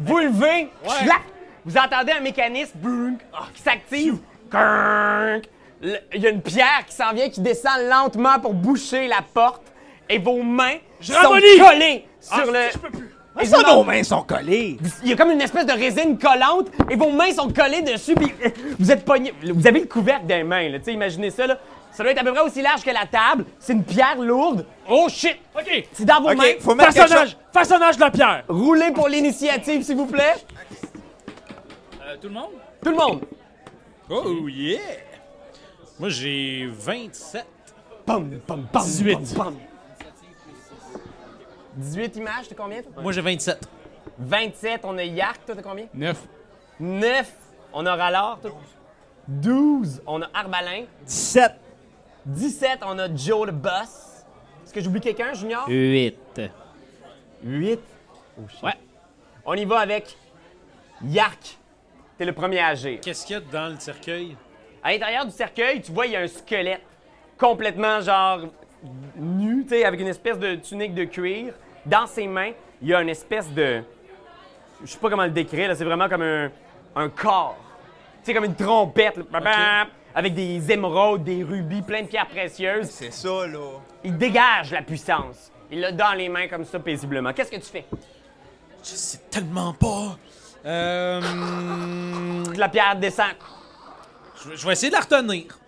[SPEAKER 2] Vous levez, schlac! vous entendez un mécanisme brrrk, qui s'active. Crrrk. Le- Il y a une pierre qui s'en vient, qui descend lentement pour boucher la porte. Et vos mains sont
[SPEAKER 5] ramollis.
[SPEAKER 2] collées sur le...
[SPEAKER 5] Je peux plus.
[SPEAKER 2] et
[SPEAKER 3] Ça,
[SPEAKER 2] vous
[SPEAKER 3] nos
[SPEAKER 2] en-
[SPEAKER 3] mains sont collées.
[SPEAKER 2] Il y a comme une espèce de résine collante et vos mains sont collées dessus. Puis euh, vous êtes pognés. Vous avez le couvercle des mains. Là. Tu sais, Imaginez ça. Là. Ça doit être à peu près aussi large que la table. C'est une pierre lourde. Oh shit!
[SPEAKER 5] OK.
[SPEAKER 2] C'est dans vos
[SPEAKER 8] Ok,
[SPEAKER 2] mains.
[SPEAKER 8] faut mettre quelque
[SPEAKER 5] Façonnage. Façonnage de la pierre.
[SPEAKER 2] Roulez pour l'initiative, s'il vous plaît.
[SPEAKER 6] Euh, tout le monde?
[SPEAKER 2] Tout le monde.
[SPEAKER 4] Oh yeah! Moi, j'ai 27.
[SPEAKER 2] Pam, pam, pam,
[SPEAKER 5] 18.
[SPEAKER 2] pam, pam. 18 images, t'as combien? toi?
[SPEAKER 4] Moi, j'ai 27.
[SPEAKER 2] 27, on a Yark, toi t'as combien?
[SPEAKER 6] Neuf.
[SPEAKER 2] 9, on a Rallard. toi? 12, on a Arbalin.
[SPEAKER 3] 17.
[SPEAKER 2] 17, on a Joe le boss. Est-ce que j'oublie quelqu'un, Junior?
[SPEAKER 6] 8.
[SPEAKER 2] 8.
[SPEAKER 6] Ouais.
[SPEAKER 2] On y va avec Yark. T'es le premier à agir.
[SPEAKER 4] Qu'est-ce qu'il y a dans le cercueil?
[SPEAKER 2] À l'intérieur du cercueil, tu vois, il y a un squelette complètement genre nu, tu sais, avec une espèce de tunique de cuir. Dans ses mains, il y a une espèce de. Je sais pas comment le décrire, là, c'est vraiment comme un, un corps. Tu sais, comme une trompette, là, babam, avec des émeraudes, des rubis, plein de pierres précieuses.
[SPEAKER 8] C'est ça, là.
[SPEAKER 2] Il dégage la puissance. Il l'a dans les mains comme ça, paisiblement. Qu'est-ce que tu fais?
[SPEAKER 4] Je sais tellement pas. Euh,
[SPEAKER 2] La pierre descend.
[SPEAKER 4] je vais- je vais essayer de la retenir.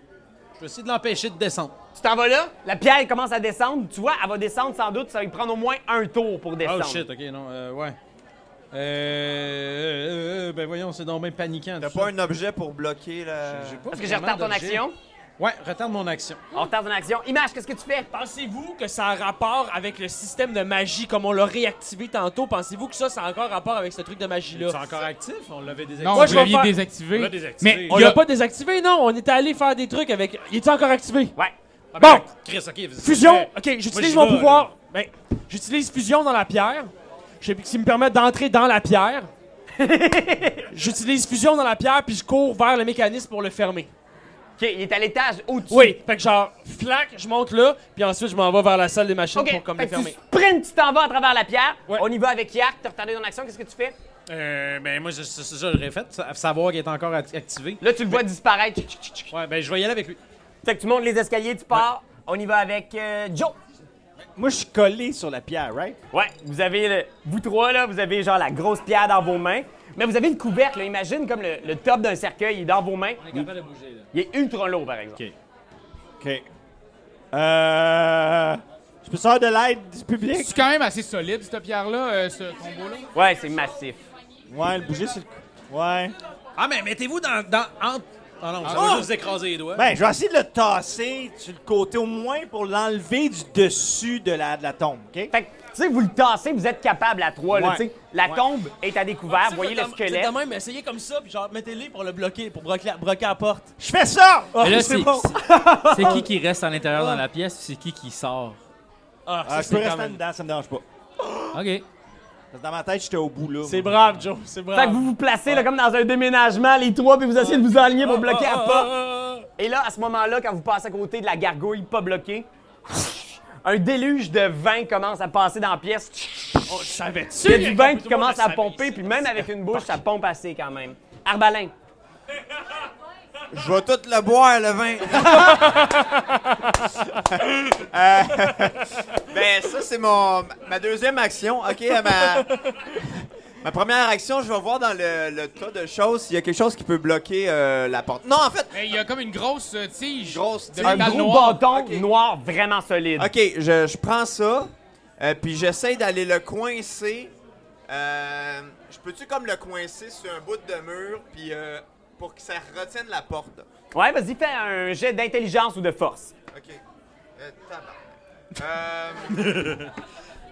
[SPEAKER 4] Je vais essayer de l'empêcher de descendre.
[SPEAKER 2] Tu t'en vas là, la pierre elle commence à descendre. Tu vois, elle va descendre sans doute, ça va lui prendre au moins un tour pour
[SPEAKER 4] Oh
[SPEAKER 2] descendre.
[SPEAKER 4] shit, ok, non, euh, ouais. Euh, euh, euh, ben voyons, c'est donc bien paniquant.
[SPEAKER 8] T'as
[SPEAKER 4] tout
[SPEAKER 8] pas
[SPEAKER 4] ça.
[SPEAKER 8] un objet pour bloquer la.
[SPEAKER 4] J'ai
[SPEAKER 2] Est-ce
[SPEAKER 4] pas
[SPEAKER 2] Euh, que je
[SPEAKER 4] vraiment
[SPEAKER 2] retarde ton
[SPEAKER 4] d'objet.
[SPEAKER 2] action?
[SPEAKER 4] Ouais, retarde mon action.
[SPEAKER 2] On retarde ton action. Image, qu'est-ce que tu fais?
[SPEAKER 5] Pensez-vous que ça a rapport avec le système de magie comme on l'a réactivé tantôt? Pensez-vous que ça, ça a encore rapport avec ce truc de
[SPEAKER 4] C'est
[SPEAKER 5] magie-là?
[SPEAKER 4] encore actif? On l'avait désactivé.
[SPEAKER 6] Non,
[SPEAKER 5] Moi,
[SPEAKER 6] vous
[SPEAKER 5] je vais
[SPEAKER 6] l'aviez
[SPEAKER 5] faire-
[SPEAKER 6] désactivé.
[SPEAKER 4] On l'a désactivé.
[SPEAKER 6] Mais
[SPEAKER 5] On
[SPEAKER 6] il y a-
[SPEAKER 5] l'a pas désactivé, non? On était allé faire des trucs avec. Il était encore activé.
[SPEAKER 2] Ouais.
[SPEAKER 4] Ah, ben,
[SPEAKER 5] Bon.
[SPEAKER 4] Chris, ok. vous-
[SPEAKER 5] Fusion!
[SPEAKER 4] vous-
[SPEAKER 5] Ok, j'utilise
[SPEAKER 4] j'y
[SPEAKER 5] mon
[SPEAKER 4] vais,
[SPEAKER 5] pouvoir. Ben, j'utilise fusion dans la pierre. Je sais qui me permet d'entrer dans la pierre. j'utilise fusion dans la pierre, puis je cours vers le mécanisme pour le fermer.
[SPEAKER 2] OK, il est à l'étage au-dessus.
[SPEAKER 5] Oui, fait que genre, flac, je monte là, puis ensuite je m'en vais vers la salle des machines
[SPEAKER 2] OK,
[SPEAKER 5] pour comme
[SPEAKER 2] fait
[SPEAKER 5] le
[SPEAKER 2] que tu
[SPEAKER 5] fermer.
[SPEAKER 2] sprints, tu t'en vas à travers la pierre.
[SPEAKER 5] Ouais.
[SPEAKER 2] On y va avec Yark. T'as retardé ton action. Qu'est-ce que tu fais?
[SPEAKER 4] Euh, ben moi, je, je, je, je l'aurais fait, sa- savoir qu'il est encore act- activé.
[SPEAKER 2] Là, tu le vois disparaître. Tchic, tchic, tchic.
[SPEAKER 4] Ouais, ben je vais y aller avec lui.
[SPEAKER 2] Fait que tu montes les escaliers, tu pars. On y va avec euh, Joe.
[SPEAKER 3] Moi, je suis collé sur la pierre, right?
[SPEAKER 2] Ouais, vous avez, le- vous trois, là, vous avez genre la grosse pierre dans vos mains. Mais vous avez le couvercle, là. Imagine comme le, le top d'un cercueil, il est dans vos mains.
[SPEAKER 6] On est capable de bouger, là.
[SPEAKER 2] Il est ultra lourd, par exemple.
[SPEAKER 3] OK. Euh. Je peux sortir de l'aide du public?
[SPEAKER 6] C'est quand même assez solide, cette pierre-là, euh, ce combo-là.
[SPEAKER 2] Ouais, c'est massif.
[SPEAKER 3] Ouais, le bouger, c'est le. Ouais.
[SPEAKER 4] Ah, mais mettez-vous dans. dans entre- Ah non, vous
[SPEAKER 3] non.
[SPEAKER 4] allez juste vous écraser les doigts.
[SPEAKER 3] Ben, je vais essayer de le tasser sur le côté, au moins pour l'enlever du dessus de la, de la tombe, OK?
[SPEAKER 2] Fait que, tu sais, vous le tassez, vous êtes capable à trois, là,
[SPEAKER 3] Ouais.
[SPEAKER 2] tu sais. La
[SPEAKER 3] Ouais.
[SPEAKER 2] tombe est à
[SPEAKER 6] Ah,
[SPEAKER 2] découvert. Voyez le squelette.
[SPEAKER 5] Quand même, essayez comme ça, puis genre, mettez-les pour le bloquer, pour bloquer, bloquer la porte.
[SPEAKER 3] Je fais ça! Oh,
[SPEAKER 7] Mais là,
[SPEAKER 3] c'est
[SPEAKER 7] c'est-
[SPEAKER 3] bon!
[SPEAKER 7] C'est qui qui reste à l'intérieur dans la pièce, c'est qui qui sort.
[SPEAKER 5] Ah,
[SPEAKER 3] Ah,
[SPEAKER 5] ça,
[SPEAKER 3] je peux
[SPEAKER 5] c'est quand
[SPEAKER 3] rester
[SPEAKER 5] même-
[SPEAKER 3] dedans, ça me dérange pas.
[SPEAKER 7] OK.
[SPEAKER 3] Parce que dans ma tête, j'étais au bout, là.
[SPEAKER 5] C'est brave, Joe, c'est
[SPEAKER 2] Fait que
[SPEAKER 5] brave.
[SPEAKER 2] vous vous placez là, comme dans un déménagement, les trois, puis vous essayez de vous aligner pour bloquer
[SPEAKER 5] Ah,
[SPEAKER 2] la
[SPEAKER 5] ah,
[SPEAKER 2] porte.
[SPEAKER 5] ah, ah.
[SPEAKER 2] Et là, à ce moment-là, quand vous passez à côté de la gargouille pas bloquée, un déluge de vin commence à passer dans la pièce.
[SPEAKER 5] Oh, je savais-tu?
[SPEAKER 2] Il y a du
[SPEAKER 5] que
[SPEAKER 2] vin qui
[SPEAKER 5] tout le monde
[SPEAKER 2] commence
[SPEAKER 5] le
[SPEAKER 2] à
[SPEAKER 5] savait
[SPEAKER 2] pomper,
[SPEAKER 5] ici?
[SPEAKER 2] puis même avec une bouche, ça pompe assez quand même. Arbalin,
[SPEAKER 8] Je vais tout le boire, le vin. Euh, ben, ça, c'est mon, ma deuxième action. OK, euh, ma, ma première action, je vais voir dans le, le tas de choses s'il y a quelque chose qui peut bloquer euh, la porte. Non, en fait,
[SPEAKER 6] Mais Ben, il y a comme une grosse euh, tige.
[SPEAKER 8] Grosse
[SPEAKER 6] de
[SPEAKER 8] tige.
[SPEAKER 2] un
[SPEAKER 6] métal
[SPEAKER 2] gros
[SPEAKER 6] noir.
[SPEAKER 2] bâton
[SPEAKER 8] Ok.
[SPEAKER 2] noir vraiment solide.
[SPEAKER 8] OK, je, je prends ça, euh, puis j'essaie d'aller le coincer. Euh, je peux-tu comme le coincer sur un bout de mur, puis euh, pour que ça retienne la porte?
[SPEAKER 2] Ouais, vas-y, fais un jet d'intelligence ou de force.
[SPEAKER 8] OK. Euh, tabarnak. Euh,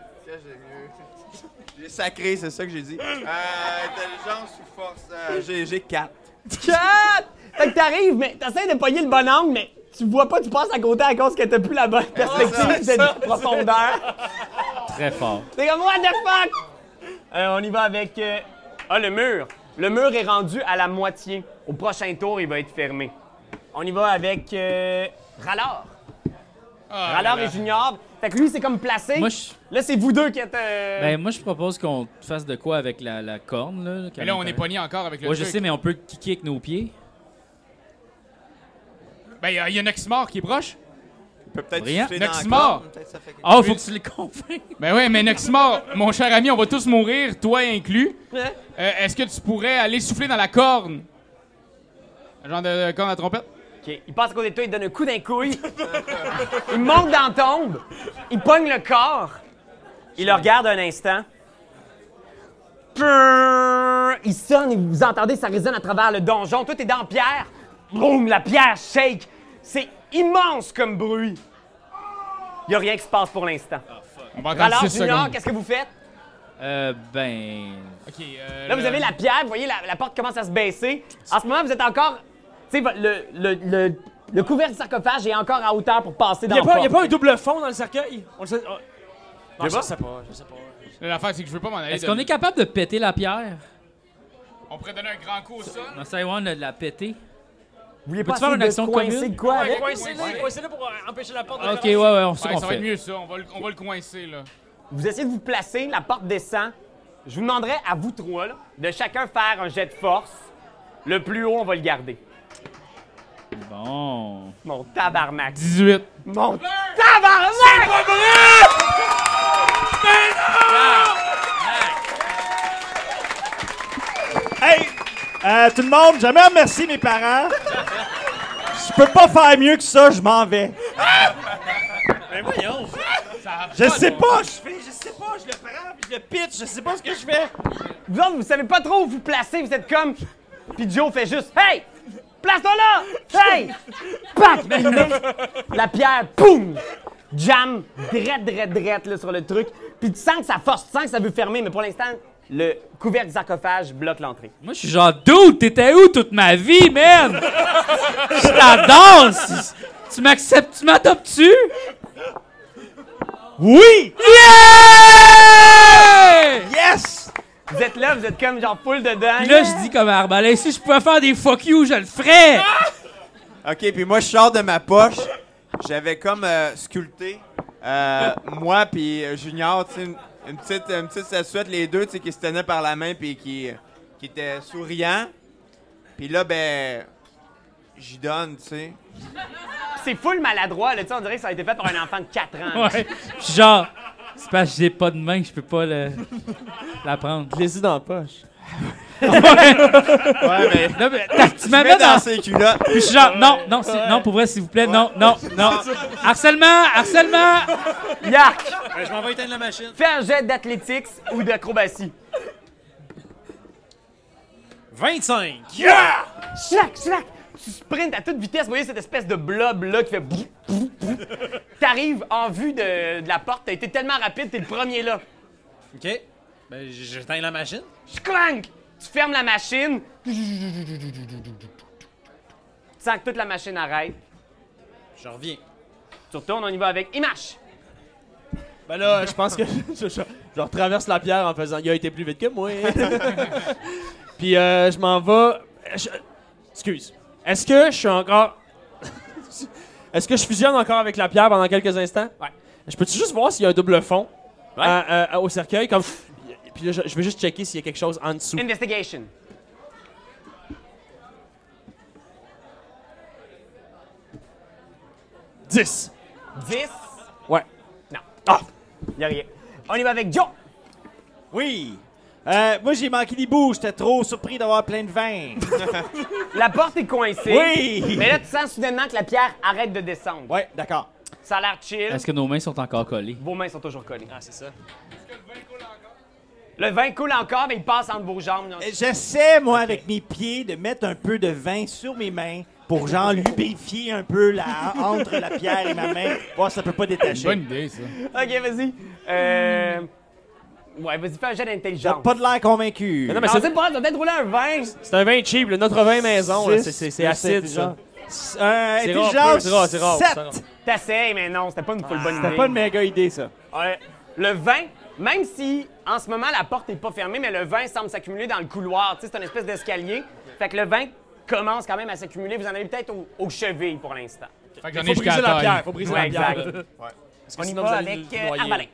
[SPEAKER 8] qu'est-ce que j'ai eu? J'ai sacré, c'est ça que j'ai dit. Euh, intelligence ou force? Euh, j'ai, j'ai 4.
[SPEAKER 2] Quatre! Fait que t'arrives, mais t'essayes de pogner le bon angle, mais tu vois pas, tu passes à côté à cause que t'as plus la bonne
[SPEAKER 8] ça,
[SPEAKER 2] perspective de profondeur.
[SPEAKER 7] Très fort.
[SPEAKER 2] C'est comme, what the fuck? Euh, on y va avec. euh, Ah, le mur. Le mur est rendu à la moitié. Au prochain tour, il va être fermé. On y va avec. Euh... Rallard.
[SPEAKER 6] Ah,
[SPEAKER 2] Rallard
[SPEAKER 6] là,
[SPEAKER 2] et
[SPEAKER 6] là.
[SPEAKER 2] Junior. Fait que lui, c'est comme placé.
[SPEAKER 7] Moi, je...
[SPEAKER 2] Là, c'est vous deux qui êtes. euh,
[SPEAKER 7] Ben, moi, je propose qu'on fasse de quoi avec la, la corne, là.
[SPEAKER 6] Mais là, on est pogné encore avec le
[SPEAKER 7] Ouais, je
[SPEAKER 6] truc.
[SPEAKER 7] sais, mais on peut kicker avec nos pieds.
[SPEAKER 6] Ben, il y a- il y a Noximor qui est proche.
[SPEAKER 8] Il peut peut-être
[SPEAKER 7] Rien.
[SPEAKER 8] souffler dans la
[SPEAKER 6] Noximor.
[SPEAKER 8] corde, peut-être ça fait quelque
[SPEAKER 7] Ah, faut que tu les convainques.
[SPEAKER 6] Ben ouais, mais Noximor, mon cher ami, on va tous mourir, toi inclus.
[SPEAKER 7] Ben,
[SPEAKER 2] hein?
[SPEAKER 6] Euh, Est-ce que tu pourrais aller souffler dans la corne? Un genre de, de corne à trompette?
[SPEAKER 2] OK. Il passe à côté de toi, il te donne un coup d'un couille. il monte dans la tombe. Il pogne le corps. Il le regarde un instant. Prrrr. Il sonne et vous entendez, ça résonne à travers le donjon. Tout est dans la pierre. Boum, la pierre shake. C'est immense comme bruit. Il n'y a rien qui se passe pour l'instant.
[SPEAKER 6] On va attendre
[SPEAKER 2] Alors,
[SPEAKER 6] 6
[SPEAKER 2] Junior,
[SPEAKER 6] secondes.
[SPEAKER 2] qu'est-ce que vous faites?
[SPEAKER 9] Euh, ben.
[SPEAKER 6] OK, euh,
[SPEAKER 2] Là, vous
[SPEAKER 6] le-
[SPEAKER 2] avez la pierre, vous voyez, la, la porte commence à se baisser. En ce moment, vous êtes encore. Tu sais, vo- le, le, le, le couvert du sarcophage est encore à hauteur pour passer dans
[SPEAKER 5] Il n'y a,
[SPEAKER 2] le
[SPEAKER 5] pas-
[SPEAKER 2] port.
[SPEAKER 5] y a pas un double fond dans le cercueil? On le sait. oh. Non, je sais pas, je sais pas.
[SPEAKER 6] L'affaire, c'est que je veux pas m'en aller.
[SPEAKER 7] Est-ce
[SPEAKER 6] de-
[SPEAKER 7] qu'on est capable de péter la pierre?
[SPEAKER 6] On pourrait donner un grand coup au sol.
[SPEAKER 7] On essaie on a de la péter.
[SPEAKER 2] Vous voulez
[SPEAKER 7] Peux-tu faire
[SPEAKER 2] essayer
[SPEAKER 7] une
[SPEAKER 2] de
[SPEAKER 7] action
[SPEAKER 2] coincer
[SPEAKER 7] commune?
[SPEAKER 2] de quoi avec?
[SPEAKER 5] Coincez-le, coincez-le pour euh, empêcher la porte de
[SPEAKER 7] Ok, ouais,
[SPEAKER 5] traverser.
[SPEAKER 7] ouais, on sait
[SPEAKER 6] Ouais,
[SPEAKER 7] qu'on
[SPEAKER 6] ça va être
[SPEAKER 7] fait.
[SPEAKER 6] mieux, ça. On va le, on va le coincer, là.
[SPEAKER 2] Vous essayez de vous placer, la porte descend. Je vous demanderai à vous trois là, de chacun faire un jet de force. Le plus haut, on va le garder.
[SPEAKER 9] Bon.
[SPEAKER 2] Mon tabarnak.
[SPEAKER 6] 18.
[SPEAKER 2] Mon tabarnak!
[SPEAKER 3] Hey! Euh, tout le monde, jamais remercier mes parents. Je peux pas faire mieux que ça, je m'en vais. Mais voyons! Je sais pas, je fais, je sais pas, je le prends, puis je le pitch, je sais pas ce que je fais.
[SPEAKER 2] Vous autres, vous savez pas trop où vous placer, vous êtes comme. Puis Joe fait juste Hey! Place-toi là! Hey! Pac! Il met La pierre, poum! Jam, drette, drette, drette là, sur le truc. Puis tu sens que ça force, tu sens que ça veut fermer, mais pour l'instant, le couvercle du sarcophage bloque l'entrée.
[SPEAKER 7] Moi, je suis genre, dude, t'étais où toute ma vie, man? je t'adore! si- Tu m'acceptes, tu m'adoptes-tu?
[SPEAKER 3] Oui!
[SPEAKER 7] Yeah!
[SPEAKER 3] Yes!
[SPEAKER 2] Vous êtes là, vous êtes comme genre full dedans.
[SPEAKER 7] Puis là, je dis comme à Arbalin, si je pouvais faire des fuck you, je le ferais!
[SPEAKER 8] OK, puis moi, je sors de ma poche. J'avais comme euh, sculpté, euh, moi puis euh, Junior, tu sais, une, une petite, une petite statuette, les deux, tu sais, qui se tenaient par la main puis qui, qui étaient souriants. Puis là, ben, j'y donne, tu sais.
[SPEAKER 2] C'est full maladroit, là, tu sais, on dirait que ça a été fait par un enfant de 4 ans. là.
[SPEAKER 7] Ouais. Je suis genre, c'est parce que j'ai pas de main, que je peux pas le... la prendre.
[SPEAKER 5] Les yeux dans la poche.
[SPEAKER 8] Ouais, mais
[SPEAKER 7] Là, mais, t'as- tu
[SPEAKER 8] je mets
[SPEAKER 7] m'amènes
[SPEAKER 8] dans
[SPEAKER 7] dans...
[SPEAKER 8] ses culottes.
[SPEAKER 7] Puis je suis genre, non, non, c'est- non, pour vrai, s'il vous plaît, non, non, non. Harcèlement, harcèlement!
[SPEAKER 2] Yark,
[SPEAKER 4] Ben, je m'en vais éteindre la machine.
[SPEAKER 2] fais un jet d'athlétics ou d'acrobatie.
[SPEAKER 4] 25.
[SPEAKER 2] Slack, slack! Tu sprintes à toute vitesse, vous voyez cette espèce de blob là qui fait. brou, brou, brou. T'arrives en vue de, de la porte, t'as été tellement rapide, t'es le premier là.
[SPEAKER 4] OK. Ben, j- j'éteins la machine.
[SPEAKER 2] Clank! Tu fermes la machine. Tu sens que toute la machine arrête.
[SPEAKER 4] Je reviens.
[SPEAKER 2] Tu retournes, on y va avec Imash!
[SPEAKER 5] Ben là, je pense que je, je- je retraverse la pierre en faisant il a été plus vite que moi. Puis euh, je m'en vais. je- excuse. Est-ce que je suis encore. Est-ce que je fusionne encore avec la pierre pendant quelques instants? Ouais. Je peux-tu juste voir s'il y a un double fond à- à- au cercueil? Comme... Puis là, je, je veux juste checker s'il y a quelque chose en dessous.
[SPEAKER 2] Investigation.
[SPEAKER 5] Dix.
[SPEAKER 2] 10.
[SPEAKER 5] Ouais.
[SPEAKER 2] Non,
[SPEAKER 5] Ah!
[SPEAKER 2] y'a rien. On y va avec Joe!
[SPEAKER 3] Oui! Euh, moi, j'ai manqué les bouts, j'étais trop surpris d'avoir plein de vin.
[SPEAKER 2] La porte est coincée.
[SPEAKER 3] Oui!
[SPEAKER 2] Mais là, tu sens soudainement que la pierre arrête de descendre.
[SPEAKER 3] Ouais, d'accord.
[SPEAKER 2] Ça a l'air chill.
[SPEAKER 7] Est-ce que nos mains sont encore collées?
[SPEAKER 2] Vos mains sont toujours collées.
[SPEAKER 5] Ah, c'est ça.
[SPEAKER 2] Le vin coule encore, mais il passe entre vos jambes. là.
[SPEAKER 3] J'essaie, moi, avec mes pieds, de mettre un peu de vin sur mes mains pour, genre, lubrifier un peu la, entre la pierre et ma main. Voir si ça peut pas détacher.
[SPEAKER 6] Bonne idée, ça.
[SPEAKER 2] Ok, vas-y. Euh... Ouais, vas-y, fais un jet
[SPEAKER 3] J'ai
[SPEAKER 2] d'intelligence.
[SPEAKER 3] pas de l'air convaincu.
[SPEAKER 5] Non, mais
[SPEAKER 2] Mais
[SPEAKER 5] c'est,
[SPEAKER 2] c'est pas, grave, t'as peut-être roulé un vin.
[SPEAKER 5] c'est un vin cheap, le notre vin maison. là,
[SPEAKER 3] Six,
[SPEAKER 5] c'est, c'est- c'est
[SPEAKER 3] plus
[SPEAKER 5] acide, ça.
[SPEAKER 3] intelligent. Euh,
[SPEAKER 5] C'est
[SPEAKER 3] intelligence,
[SPEAKER 5] rare, c'est rare, c'est rare, c'est rare.
[SPEAKER 3] sept.
[SPEAKER 2] T'essayes, mais non, c'était pas une full bonne idée.
[SPEAKER 3] C'était pas une méga idée, ça.
[SPEAKER 2] Ouais. Le vin, même si en ce moment la porte est pas fermée, mais le vin semble s'accumuler dans le couloir. Tu sais, c'est une espèce d'escalier. Fait que le vin commence quand même à s'accumuler. Vous en avez peut-être au, aux chevilles pour l'instant.
[SPEAKER 6] Fait que j'en ai
[SPEAKER 5] Faut
[SPEAKER 6] jusqu'à
[SPEAKER 5] briser la
[SPEAKER 6] la
[SPEAKER 5] pierre,
[SPEAKER 6] taille.
[SPEAKER 5] faut briser
[SPEAKER 2] Ouais,
[SPEAKER 5] la pierre.
[SPEAKER 2] exact.
[SPEAKER 5] Parce que
[SPEAKER 2] On y
[SPEAKER 5] sinon,
[SPEAKER 2] va
[SPEAKER 5] vous allez
[SPEAKER 2] avec
[SPEAKER 5] le
[SPEAKER 2] euh,
[SPEAKER 5] noyer.
[SPEAKER 2] Arbalin.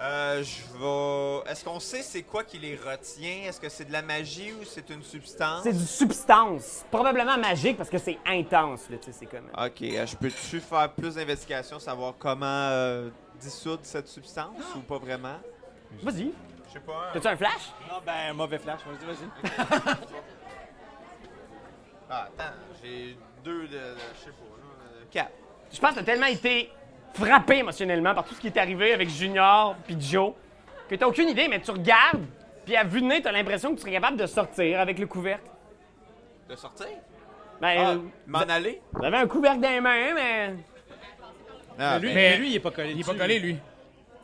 [SPEAKER 8] Euh, je vais. Est-ce qu'on sait c'est quoi qui les retient? Est-ce que c'est de la magie ou c'est une substance?
[SPEAKER 2] C'est du substance, probablement magique parce que c'est intense. Là, tu sais, c'est comme.
[SPEAKER 8] Ok, euh, je peux-tu faire plus d'investigations, savoir comment euh, dissoudre cette substance ou pas vraiment?
[SPEAKER 2] euh, Vas-y.
[SPEAKER 8] Je sais pas.
[SPEAKER 2] T'as-tu un flash?
[SPEAKER 3] Non, ben, mauvais flash. Vas-y, vas-y.
[SPEAKER 8] Ah, attends, j'ai deux de. de- Je sais pas, là. euh, Quatre.
[SPEAKER 2] Je pense que t'as tellement été frappé émotionnellement par tout ce qui est arrivé avec Junior puis Joe que t'as aucune idée, mais tu regardes, puis à vue de nez, t'as l'impression que tu serais capable de sortir avec le couvercle.
[SPEAKER 8] De sortir?
[SPEAKER 2] Ben,
[SPEAKER 8] Ah,
[SPEAKER 2] euh,
[SPEAKER 8] M'en aller?
[SPEAKER 2] vous avez un couvercle dans les mains, mais...
[SPEAKER 8] Ah,
[SPEAKER 4] Lui,
[SPEAKER 8] ben,
[SPEAKER 4] mais lui, il est pas collé.
[SPEAKER 6] Il est pas collé, lui.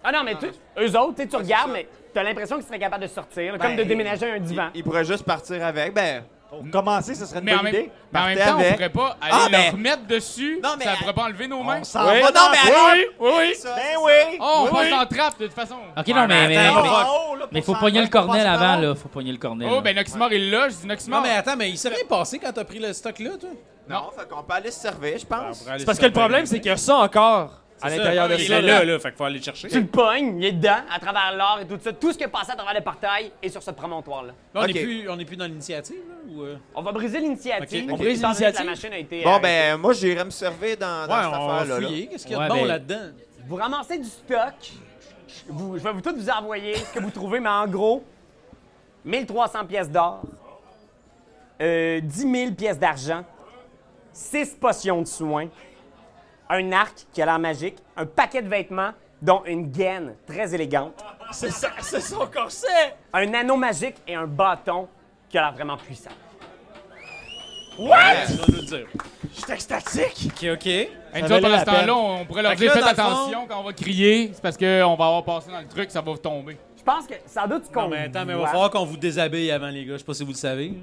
[SPEAKER 2] Ah non, mais tu- eux autres, tu sais, tu regardes,
[SPEAKER 8] Ah, ça.
[SPEAKER 2] mais t'as l'impression qu'ils seraient capables de sortir, là, comme de
[SPEAKER 8] Ben,
[SPEAKER 2] déménager un divan.
[SPEAKER 8] il, il pourrait juste partir avec. Ben,
[SPEAKER 3] Pour commencer, ce serait une
[SPEAKER 6] Mais en
[SPEAKER 3] bonne
[SPEAKER 6] même,
[SPEAKER 3] idée.
[SPEAKER 6] mais en même
[SPEAKER 8] Partez
[SPEAKER 6] temps, on
[SPEAKER 8] avec.
[SPEAKER 6] pourrait pas aller
[SPEAKER 8] Ah,
[SPEAKER 6] le
[SPEAKER 8] mais-
[SPEAKER 6] remettre dessus.
[SPEAKER 8] Non, mais-
[SPEAKER 6] ça pourrait pas enlever nos mains.
[SPEAKER 3] On s'en va
[SPEAKER 8] Oui. Oh, non,
[SPEAKER 3] dans
[SPEAKER 8] mais
[SPEAKER 3] la-
[SPEAKER 8] attends.
[SPEAKER 6] Oui, oui.
[SPEAKER 8] ça,
[SPEAKER 3] Ben
[SPEAKER 8] ça-
[SPEAKER 3] oui!
[SPEAKER 6] Oh, on
[SPEAKER 3] Oui.
[SPEAKER 6] passe en trappe, de toute façon.
[SPEAKER 7] Ok, non, mais. mais,
[SPEAKER 3] Attends, on
[SPEAKER 7] mais-
[SPEAKER 3] va en haut, là, pour
[SPEAKER 7] mais faut
[SPEAKER 3] s'en
[SPEAKER 7] pogner
[SPEAKER 3] aller,
[SPEAKER 7] le cornel
[SPEAKER 3] pour s'en
[SPEAKER 7] avant,
[SPEAKER 3] aller.
[SPEAKER 7] là. Faut pogner le cornel.
[SPEAKER 6] Oh,
[SPEAKER 7] là.
[SPEAKER 6] ben Noxmar, il l'a. Je dis
[SPEAKER 4] Non,
[SPEAKER 6] Noxmar.
[SPEAKER 4] mais attends, mais il s'est rien passé quand t'as pris le stock-là, toi?
[SPEAKER 8] Non, fait qu'on peut aller se servir, je pense.
[SPEAKER 6] Ben,
[SPEAKER 5] C'est parce que le problème, c'est qu'il y a ça encore
[SPEAKER 4] Ah,
[SPEAKER 5] à l'intérieur de
[SPEAKER 4] Il
[SPEAKER 5] ça.
[SPEAKER 4] est là, là, fait qu'il faut aller le chercher.
[SPEAKER 2] Tu le pognes, il est dedans, à travers l'or et tout ça, tout ce qui est passé à travers le portail et sur ce promontoire-là.
[SPEAKER 4] Là, on n'est
[SPEAKER 8] Ok.
[SPEAKER 4] plus, on est plus dans l'initiative, là, ou... euh?
[SPEAKER 2] On va briser l'initiative.
[SPEAKER 4] Ok, ok.
[SPEAKER 2] On brise
[SPEAKER 5] Étant donné que
[SPEAKER 2] l'initiative. La machine a été. euh,
[SPEAKER 8] Bon, ben, moi, j'irai me servir dans, dans
[SPEAKER 4] Ouais,
[SPEAKER 8] cette
[SPEAKER 4] on va
[SPEAKER 8] affaire-là. là.
[SPEAKER 4] fouiller. Qu'est-ce qu'il y a
[SPEAKER 7] Ouais,
[SPEAKER 4] de bon
[SPEAKER 7] ben-
[SPEAKER 4] là-dedans?
[SPEAKER 2] Vous ramassez du stock. Vous- je vais vous tout vous envoyer ce que vous trouvez, mais en gros, 1300 pièces d'or, euh, 10 000 pièces d'argent, 6 potions de soins, un arc qui a l'air magique, un paquet de vêtements, dont une gaine très élégante. C'est son corset! Un anneau magique et un bâton qui a l'air vraiment puissant.
[SPEAKER 4] Ouais, on va nous le dire.
[SPEAKER 3] J'étais extatique!
[SPEAKER 4] OK, OK.
[SPEAKER 6] Hey, nous autres,
[SPEAKER 3] valait
[SPEAKER 6] pendant
[SPEAKER 3] la
[SPEAKER 6] ce
[SPEAKER 3] peine.
[SPEAKER 6] temps-là, on pourrait leur
[SPEAKER 4] Fait que
[SPEAKER 6] dire
[SPEAKER 4] là,
[SPEAKER 6] faites
[SPEAKER 4] dans le fond-
[SPEAKER 6] attention quand on va crier. C'est parce qu'on va avoir passé dans le truc, ça va tomber.
[SPEAKER 2] Je pense que sans doute tu
[SPEAKER 4] Non,
[SPEAKER 2] comptes.
[SPEAKER 4] mais attends, mais il va falloir qu'on vous déshabille avant, les gars. Je sais pas si vous le savez.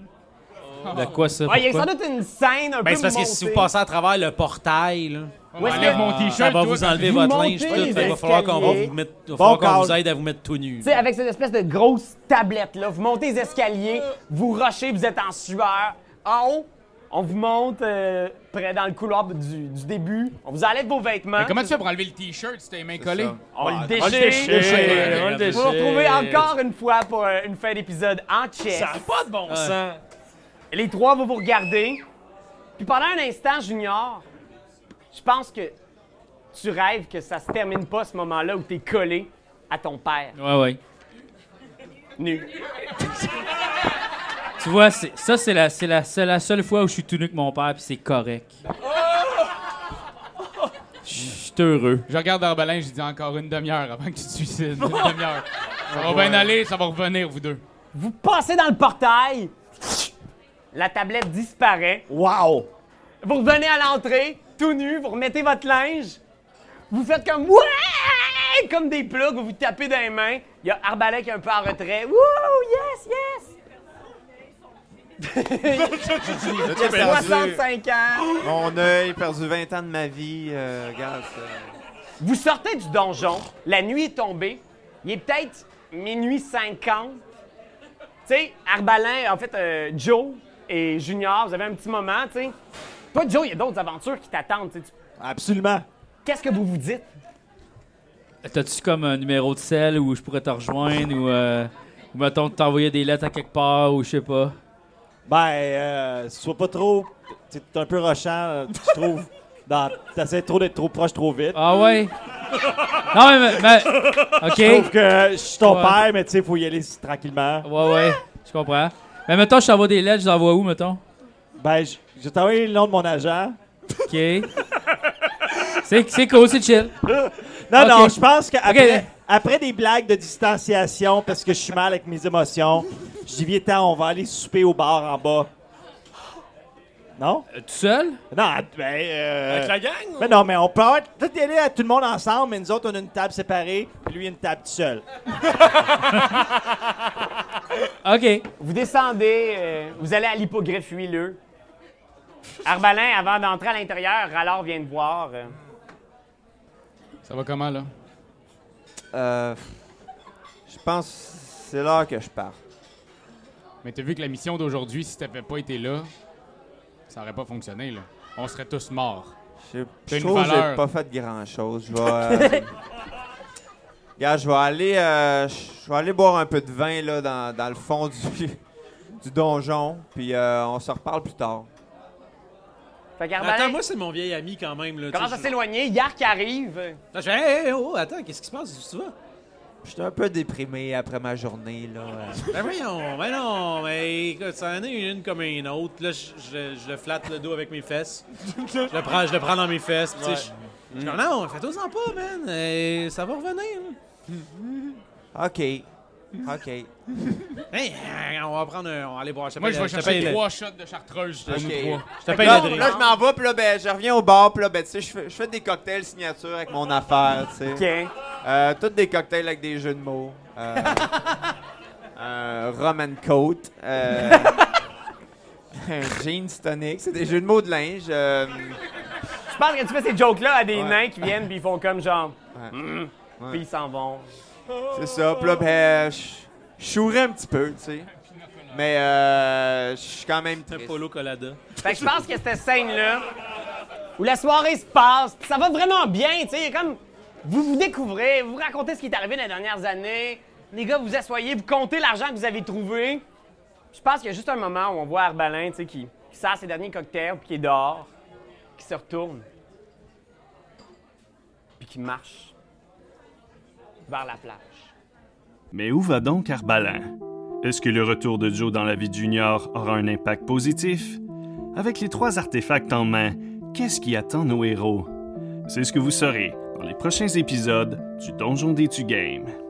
[SPEAKER 7] De quoi ça?
[SPEAKER 2] Il y a
[SPEAKER 7] pourquoi?
[SPEAKER 2] sans doute une scène un peu
[SPEAKER 4] Ben, c'est parce que si vous
[SPEAKER 2] montée.
[SPEAKER 4] passez à travers le portail, là,
[SPEAKER 6] On
[SPEAKER 2] Où est-ce
[SPEAKER 6] enlève
[SPEAKER 2] que-
[SPEAKER 6] mon t-shirt.
[SPEAKER 4] ça va
[SPEAKER 6] toi.
[SPEAKER 4] vous enlever
[SPEAKER 2] vous
[SPEAKER 4] votre
[SPEAKER 2] montez
[SPEAKER 4] linge.
[SPEAKER 2] les
[SPEAKER 4] Tout, fait, il va falloir qu'on va
[SPEAKER 2] escaliers.
[SPEAKER 4] vous mette- il va
[SPEAKER 3] Bon
[SPEAKER 4] falloir qu'on
[SPEAKER 3] call.
[SPEAKER 4] vous aide à vous mettre tout nu.
[SPEAKER 2] Tu sais, avec cette espèce de grosse tablette, là, vous montez les escaliers, vous rushez, vous êtes en sueur. En haut, on vous monte euh, près dans le couloir du, du début. On vous enlève vos vêtements.
[SPEAKER 6] Mais comment tu fais pour enlever le t-shirt si t'as les mains collées?
[SPEAKER 2] On le
[SPEAKER 8] Ouais,
[SPEAKER 2] déchire.
[SPEAKER 5] déchire, on le
[SPEAKER 2] Vous vous retrouvez
[SPEAKER 5] déchire.
[SPEAKER 2] encore une fois pour euh, une fin d'épisode en chess.
[SPEAKER 5] Ça n'a pas de bon sens.
[SPEAKER 2] Les trois vont vous regarder. Puis pendant un instant, Junior, je pense que tu rêves que ça se termine pas ce moment-là où t'es collé à ton père,
[SPEAKER 7] Ouais, ouais.
[SPEAKER 2] nu.
[SPEAKER 7] Tu vois, c'est- ça, c'est la, c'est la, c'est la seule fois où je suis tout nu avec mon père, puis c'est correct. Je suis heureux.
[SPEAKER 6] Je regarde l'arbalin, je dis encore une demi-heure avant que tu te suicides. Une demi-heure. Ça va bien aller, ça va revenir, vous deux.
[SPEAKER 2] Vous passez dans le portail. La tablette disparaît.
[SPEAKER 3] Wow!
[SPEAKER 2] Vous revenez à l'entrée, tout nu, vous remettez votre linge. Vous faites comme ouais, comme des plugs, vous vous tapez dans les mains. Il y a Arbalek qui est un peu en retrait. Wouh, yes, yes.
[SPEAKER 8] Là, t'as perdu
[SPEAKER 2] 65 ans.
[SPEAKER 8] Mon œil, perdu 20 ans de ma vie. euh, regarde, ça.
[SPEAKER 2] Vous sortez du donjon, la nuit est tombée. Il est peut-être minuit 50. Tu sais, Arbalin, en fait, euh, Joe et Junior, vous avez un petit moment, tu sais. Toi, Joe, il y a d'autres aventures qui t'attendent. tu sais.
[SPEAKER 3] Absolument.
[SPEAKER 2] Qu'est-ce que vous vous dites?
[SPEAKER 7] T'as-tu comme un numéro de sel où je pourrais te rejoindre ou, euh, ou mettons, t'envoyer des lettres à quelque part ou je sais pas?
[SPEAKER 3] Ben, euh, sois pas trop. T'es un peu rochant, euh, tu te trouves. Dans... T'essaies trop d'être trop proche trop vite.
[SPEAKER 7] Ah ouais? Non, mais. mais-
[SPEAKER 3] Je
[SPEAKER 7] ok.
[SPEAKER 3] trouve que je suis ton
[SPEAKER 7] Ouais.
[SPEAKER 3] père, mais tu sais, faut y aller tranquillement.
[SPEAKER 7] Ouais, ouais. Je comprends. Mais mettons, je t'envoie des lettres, je les envoie où, mettons?
[SPEAKER 3] Ben, je, je t'ai envoyé le nom de mon agent.
[SPEAKER 7] Ok. C'est c'est cool, c'est chill.
[SPEAKER 3] Non,
[SPEAKER 7] Ok.
[SPEAKER 3] non, je pense qu'après
[SPEAKER 7] Ok.
[SPEAKER 3] après des blagues de distanciation, parce que je suis mal avec mes émotions, je dis, viens, temps, on va aller souper au bar en bas. Non?
[SPEAKER 7] Euh, Tout seul?
[SPEAKER 3] Non, ben. euh,
[SPEAKER 5] Avec la gang?
[SPEAKER 3] Mais non, mais on peut avoir tout y aller à tout le monde ensemble, mais nous autres, on a une table séparée, puis lui, une table tout seul.
[SPEAKER 7] Ok.
[SPEAKER 2] Vous descendez, euh, vous allez à l'hippogriffe huileux. Arbalin, avant d'entrer à l'intérieur, Rallard vient de voir. euh,
[SPEAKER 6] Ça va comment, là?
[SPEAKER 8] Euh, je pense que c'est l'heure que je pars.
[SPEAKER 6] Mais t'as vu que la mission d'aujourd'hui, si t'avais pas été là, ça aurait pas fonctionné, là. On serait tous morts.
[SPEAKER 8] Je, je
[SPEAKER 6] T'as une
[SPEAKER 8] trouve que j'ai
[SPEAKER 6] valeur.
[SPEAKER 8] pas fait grand-chose. Je vais... euh, Regarde, je vais aller, euh, je vais aller boire un peu de vin là, dans, dans le fond du, du donjon, puis euh, on se reparle plus tard.
[SPEAKER 2] Fait
[SPEAKER 4] Attends,
[SPEAKER 2] qu'Arbalin
[SPEAKER 4] moi, c'est mon vieil ami quand même. Là,
[SPEAKER 2] commence
[SPEAKER 4] tu
[SPEAKER 2] à
[SPEAKER 4] sais, je-
[SPEAKER 2] s'éloigner. Yark arrive.
[SPEAKER 4] Je fais, hey, hey, oh, attends, qu'est-ce qui se passe? Où tu vas?
[SPEAKER 8] J'étais un peu déprimé après ma journée, là. Euh,
[SPEAKER 4] Ben voyons, ben non, mais écoute, ça en est une comme une autre. Là, je, je- je le flatte le dos avec mes fesses. je, le prends, je le prends dans mes fesses. puis tu sais, Je, je dis, non, fais-toi-en pas, man. euh, ça va revenir.
[SPEAKER 8] OK. OK.
[SPEAKER 4] Hey, euh, on va prendre un. On va aller boire. Je te
[SPEAKER 6] Moi, je
[SPEAKER 4] paye-
[SPEAKER 6] vais
[SPEAKER 4] je te paye
[SPEAKER 6] chercher
[SPEAKER 4] le-
[SPEAKER 6] trois shots de chartreuse. je te
[SPEAKER 8] Ok.
[SPEAKER 6] joue trois.
[SPEAKER 4] Je te
[SPEAKER 8] Fait
[SPEAKER 4] paye
[SPEAKER 8] que là,
[SPEAKER 4] le drink.
[SPEAKER 8] là, je m'en vais, puis là, ben, je reviens au bar, puis là, ben, tu sais, je fais- je fais des cocktails signature avec mon affaire, tu sais.
[SPEAKER 2] OK.
[SPEAKER 8] Euh, toutes des cocktails avec des jeux de mots. Euh, un rum and coat. euh, un jeans tonic. C'est des jeux de mots de linge. euh,
[SPEAKER 2] Je pense que tu fais ces jokes-là à des
[SPEAKER 8] Ouais.
[SPEAKER 2] nains qui viennent puis ils font comme genre.
[SPEAKER 8] Ouais.
[SPEAKER 2] Mhm.
[SPEAKER 8] Ouais.
[SPEAKER 2] Puis ils s'en vont.
[SPEAKER 8] c'est ça. Puis là, ben, je je chourais un petit peu, tu sais. Mais euh, je suis quand même
[SPEAKER 4] Un
[SPEAKER 8] triste.
[SPEAKER 4] polo colada.
[SPEAKER 2] Fait que je pense que cette scène-là, où la soirée se passe, pis ça va vraiment bien, tu sais, comme vous vous découvrez, vous racontez ce qui est arrivé dans les dernières années, les gars, vous vous asseyez, vous comptez l'argent que vous avez trouvé. Je pense qu'il y a juste un moment où on voit Arbalin, tu sais, qui, qui sert ses derniers cocktails, puis qui est dehors, qui se retourne, puis qui marche vers la plage.
[SPEAKER 1] Mais où va donc Arbalin? Est-ce que le retour de Joe dans la vie de Junior aura un impact positif? Avec les trois artefacts en main, qu'est-ce qui attend nos héros? C'est ce que vous saurez dans les prochains épisodes du Donjon des Tu Game.